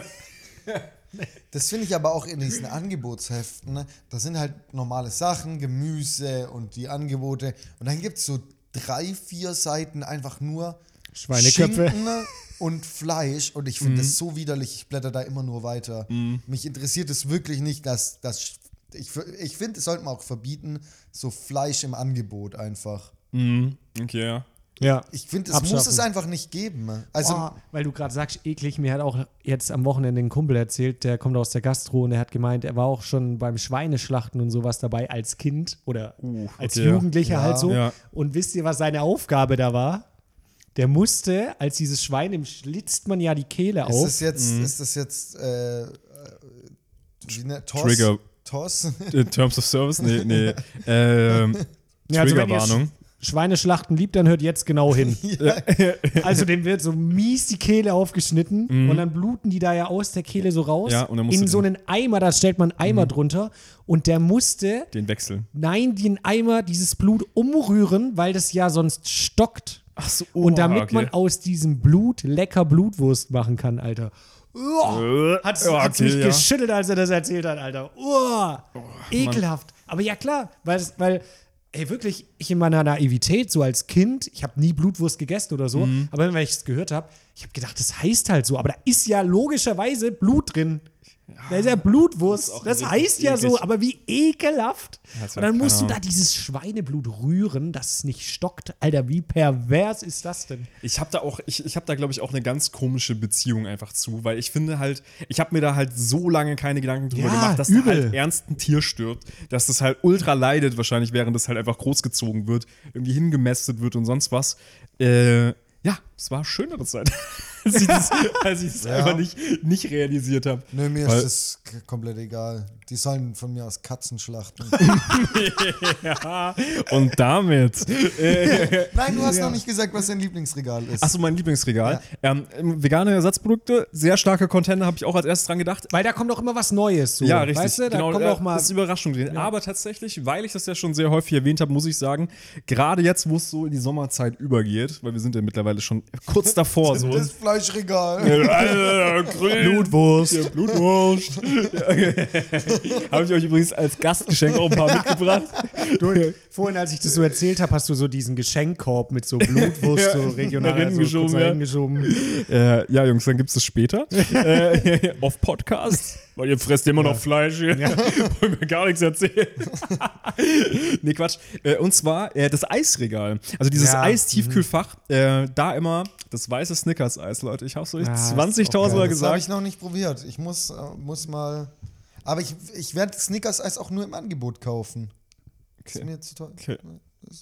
Speaker 4: Das finde ich aber auch in diesen Angebotsheften. Ne? Da sind halt normale Sachen, Gemüse und die Angebote. Und dann gibt es so drei, vier Seiten einfach nur
Speaker 2: Schweineköpfe. Mhm.
Speaker 4: Schinken und Fleisch. Und ich finde das so widerlich. Ich blätter da immer nur weiter. Mich interessiert es wirklich nicht, dass das. Ich, f- ich finde, es sollte man auch verbieten, so Fleisch im Angebot einfach.
Speaker 3: Mhm. Okay, ja.
Speaker 2: Ja.
Speaker 4: Ich finde, es muss
Speaker 2: Abschaffen.
Speaker 4: es einfach nicht geben. Also,
Speaker 2: Boah, weil du gerade sagst, eklig, mir hat auch jetzt am Wochenende ein Kumpel erzählt, der kommt aus der Gastro und er hat gemeint, er war auch schon beim Schweineschlachten und sowas dabei als Kind oder als
Speaker 3: okay, ja.
Speaker 2: Jugendlicher halt so.
Speaker 3: Ja.
Speaker 2: Und wisst ihr, was seine Aufgabe da war? Der musste, als dieses Schwein, dem schlitzt man ja die Kehle
Speaker 4: ist
Speaker 2: auf.
Speaker 4: das jetzt,
Speaker 3: Mhm.
Speaker 4: ist das jetzt äh, äh, wie ne, Toss?
Speaker 3: Trigger.
Speaker 4: Toss?
Speaker 3: In Äh, Terms of Service? Nee, nee. ähm,
Speaker 2: Ja, also wenn ihr
Speaker 3: Triggerwarnung.
Speaker 2: Sch- Schweineschlachten liebt, dann hört jetzt genau hin.
Speaker 4: Ja.
Speaker 2: Also dem wird so mies die Kehle aufgeschnitten und dann bluten die da ja aus der Kehle so raus.
Speaker 3: Mhm. Ja, und dann musst
Speaker 2: in
Speaker 3: du Mhm.
Speaker 2: so einen Eimer, da stellt man einen Eimer drunter und der musste,
Speaker 3: Den wechseln.
Speaker 2: nein, den Eimer, dieses Blut umrühren, weil das ja sonst stockt.
Speaker 3: Ach so,
Speaker 2: und damit man aus diesem Blut lecker Blutwurst machen kann, Alter. Uah, hat's,
Speaker 3: Ja,
Speaker 2: hat's
Speaker 3: Äh, okay,
Speaker 2: mich
Speaker 3: ja. Oh,
Speaker 2: geschüttelt, als er das erzählt hat, Alter. Uah, ekelhaft. Aber ja, klar, weil, es- weil, ey, wirklich, ich in meiner Naivität, so als Kind, ich habe nie Blutwurst gegessen oder so,
Speaker 3: Mhm.
Speaker 2: aber wenn ich es gehört habe, ich habe gedacht, das heißt halt so, aber da ist ja logischerweise Blut drin. Da ist ja Blutwurst. Das, heißt ja so,
Speaker 3: eklig.
Speaker 2: aber wie ekelhaft.
Speaker 3: das
Speaker 2: Und
Speaker 3: war-
Speaker 2: dann musst du
Speaker 3: keine
Speaker 2: da dieses Schweineblut rühren, dass es nicht stockt. Alter, wie pervers ist das denn?
Speaker 3: Ich habe da auch, ich, ich habe da glaube ich auch eine ganz komische Beziehung einfach zu, weil ich finde halt, ich habe mir da halt so lange keine Gedanken drüber
Speaker 2: Ja,
Speaker 3: gemacht, dass da
Speaker 2: übel.
Speaker 3: halt ernst ein Tier stirbt, dass das halt ultra leidet wahrscheinlich, während das halt einfach großgezogen wird, irgendwie hingemästet wird und sonst was. Äh, ja, es war schönere Zeit, als ich das, als ich das einfach nicht, nicht realisiert habe.
Speaker 4: Nö, mir
Speaker 3: Weil-
Speaker 4: ist das k- komplett egal. Die sollen von mir aus Katzen schlachten.
Speaker 3: Und damit
Speaker 4: Nein, du hast noch nicht gesagt, was dein Lieblingsregal ist.
Speaker 3: Achso, mein Lieblingsregal. Ähm, ähm, vegane Ersatzprodukte, sehr starke Contender, habe ich auch als erstes dran gedacht.
Speaker 2: Weil da kommt auch immer was Neues. So.
Speaker 3: Ja, richtig.
Speaker 2: Weißt du, da
Speaker 3: genau,
Speaker 2: kommt
Speaker 3: äh,
Speaker 2: auch mal.
Speaker 3: Das ist Überraschung drin. Aber tatsächlich, weil ich das ja schon sehr häufig erwähnt habe, muss ich sagen, gerade jetzt, wo es so in die Sommerzeit übergeht, weil wir sind ja mittlerweile schon kurz davor. so.
Speaker 4: das Fleischregal.
Speaker 3: Blutwurst. Ja, Blutwurst. habe ich euch übrigens als Gastgeschenk auch ein paar mitgebracht.
Speaker 2: Du, vorhin, als ich das so erzählt habe, hast du so diesen Geschenkkorb mit so Blutwurst, so regional
Speaker 3: nach
Speaker 2: so
Speaker 3: hinten
Speaker 2: kurz
Speaker 3: geschoben,
Speaker 2: nach
Speaker 3: ja.
Speaker 2: hinten geschoben.
Speaker 3: Äh, ja, Jungs, dann gibt es das später. äh, auf Podcast. Weil ihr fresst immer noch Fleisch hier. Wollt mir gar nichts erzählen. nee, Quatsch. Äh, und zwar äh, das Eisregal. Also dieses
Speaker 2: Ja,
Speaker 3: Eistiefkühlfach. Äh, da immer das weiße Snickers-Eis, Leute. Ich hab's euch
Speaker 2: Ah, ist auch
Speaker 3: 20.000
Speaker 2: geil.
Speaker 3: Mal
Speaker 4: Das habe ich
Speaker 3: gesagt.
Speaker 4: noch nicht probiert. Ich muss, äh, muss mal. Aber ich, ich werde Snickers-Eis auch nur im Angebot kaufen. Ist mir zu teuer.
Speaker 3: Okay.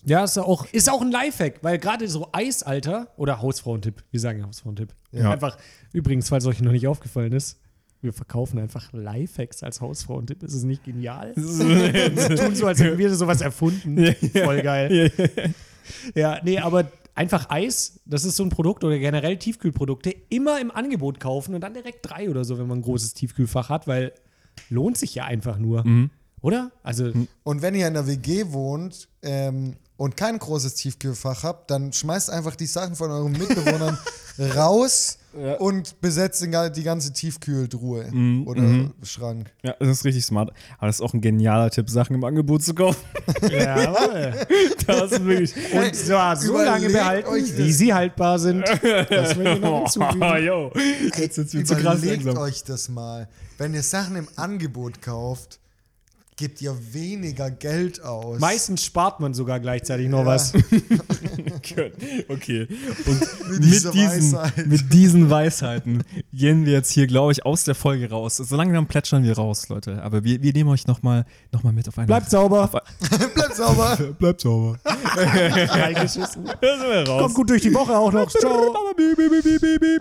Speaker 2: Ja, ist auch, ist auch ein Lifehack, weil gerade so Eisalter oder Hausfrauentipp, wir sagen ja Hausfrauentipp.
Speaker 3: Ja.
Speaker 2: Einfach, übrigens, falls euch noch nicht aufgefallen ist, wir verkaufen einfach Lifehacks als Hausfrauentipp. Ist es nicht genial? Wir tun so, als hätten wir sowas erfunden. Voll geil. Ja, nee, aber einfach Eis, das ist so ein Produkt oder generell Tiefkühlprodukte, immer im Angebot kaufen und dann direkt drei oder so, wenn man ein großes Tiefkühlfach hat, weil lohnt sich ja einfach nur. Oder? Also,
Speaker 4: Und wenn ihr in der WG wohnt ähm, und kein großes Tiefkühlfach habt, dann schmeißt einfach die Sachen von euren Mitbewohnern raus und besetzt den, ga- die ganze Tiefkühltruhe
Speaker 2: Mhm.
Speaker 4: oder Schrank.
Speaker 3: Ja, das ist richtig smart. Aber das ist auch ein genialer Tipp, Sachen im Angebot zu kaufen.
Speaker 2: Jawohl.
Speaker 3: Das ist wirklich.
Speaker 2: Und zwar so lange
Speaker 4: Überlegt
Speaker 2: behalten,
Speaker 4: euch das.
Speaker 2: wie sie haltbar sind. Das will ich noch
Speaker 3: Oh,
Speaker 2: hinzufügen.
Speaker 3: yo. Jetzt sind wir zu krass
Speaker 4: Überlegt
Speaker 3: langsam.
Speaker 4: euch das mal. Wenn ihr Sachen im Angebot kauft, gebt ihr weniger Geld aus.
Speaker 2: Meistens spart man sogar gleichzeitig noch
Speaker 4: Ja.
Speaker 2: was.
Speaker 3: Gut, Okay. Und mit,
Speaker 4: dieser
Speaker 3: diesen,
Speaker 4: Weisheit.
Speaker 3: mit diesen Weisheiten gehen wir jetzt hier, glaube ich, aus der Folge raus. So langsam plätschern wir raus, Leute. Aber wir, wir nehmen euch nochmal noch mal mit auf eine.
Speaker 2: Bleibt sauber.
Speaker 4: Bleibt sauber.
Speaker 3: Bleibt sauber.
Speaker 2: Reingeschissen.
Speaker 3: Da sind wir raus.
Speaker 2: Kommt gut durch die Woche auch noch. Ciao.
Speaker 3: Bieb, bieb, bieb, bieb, bieb.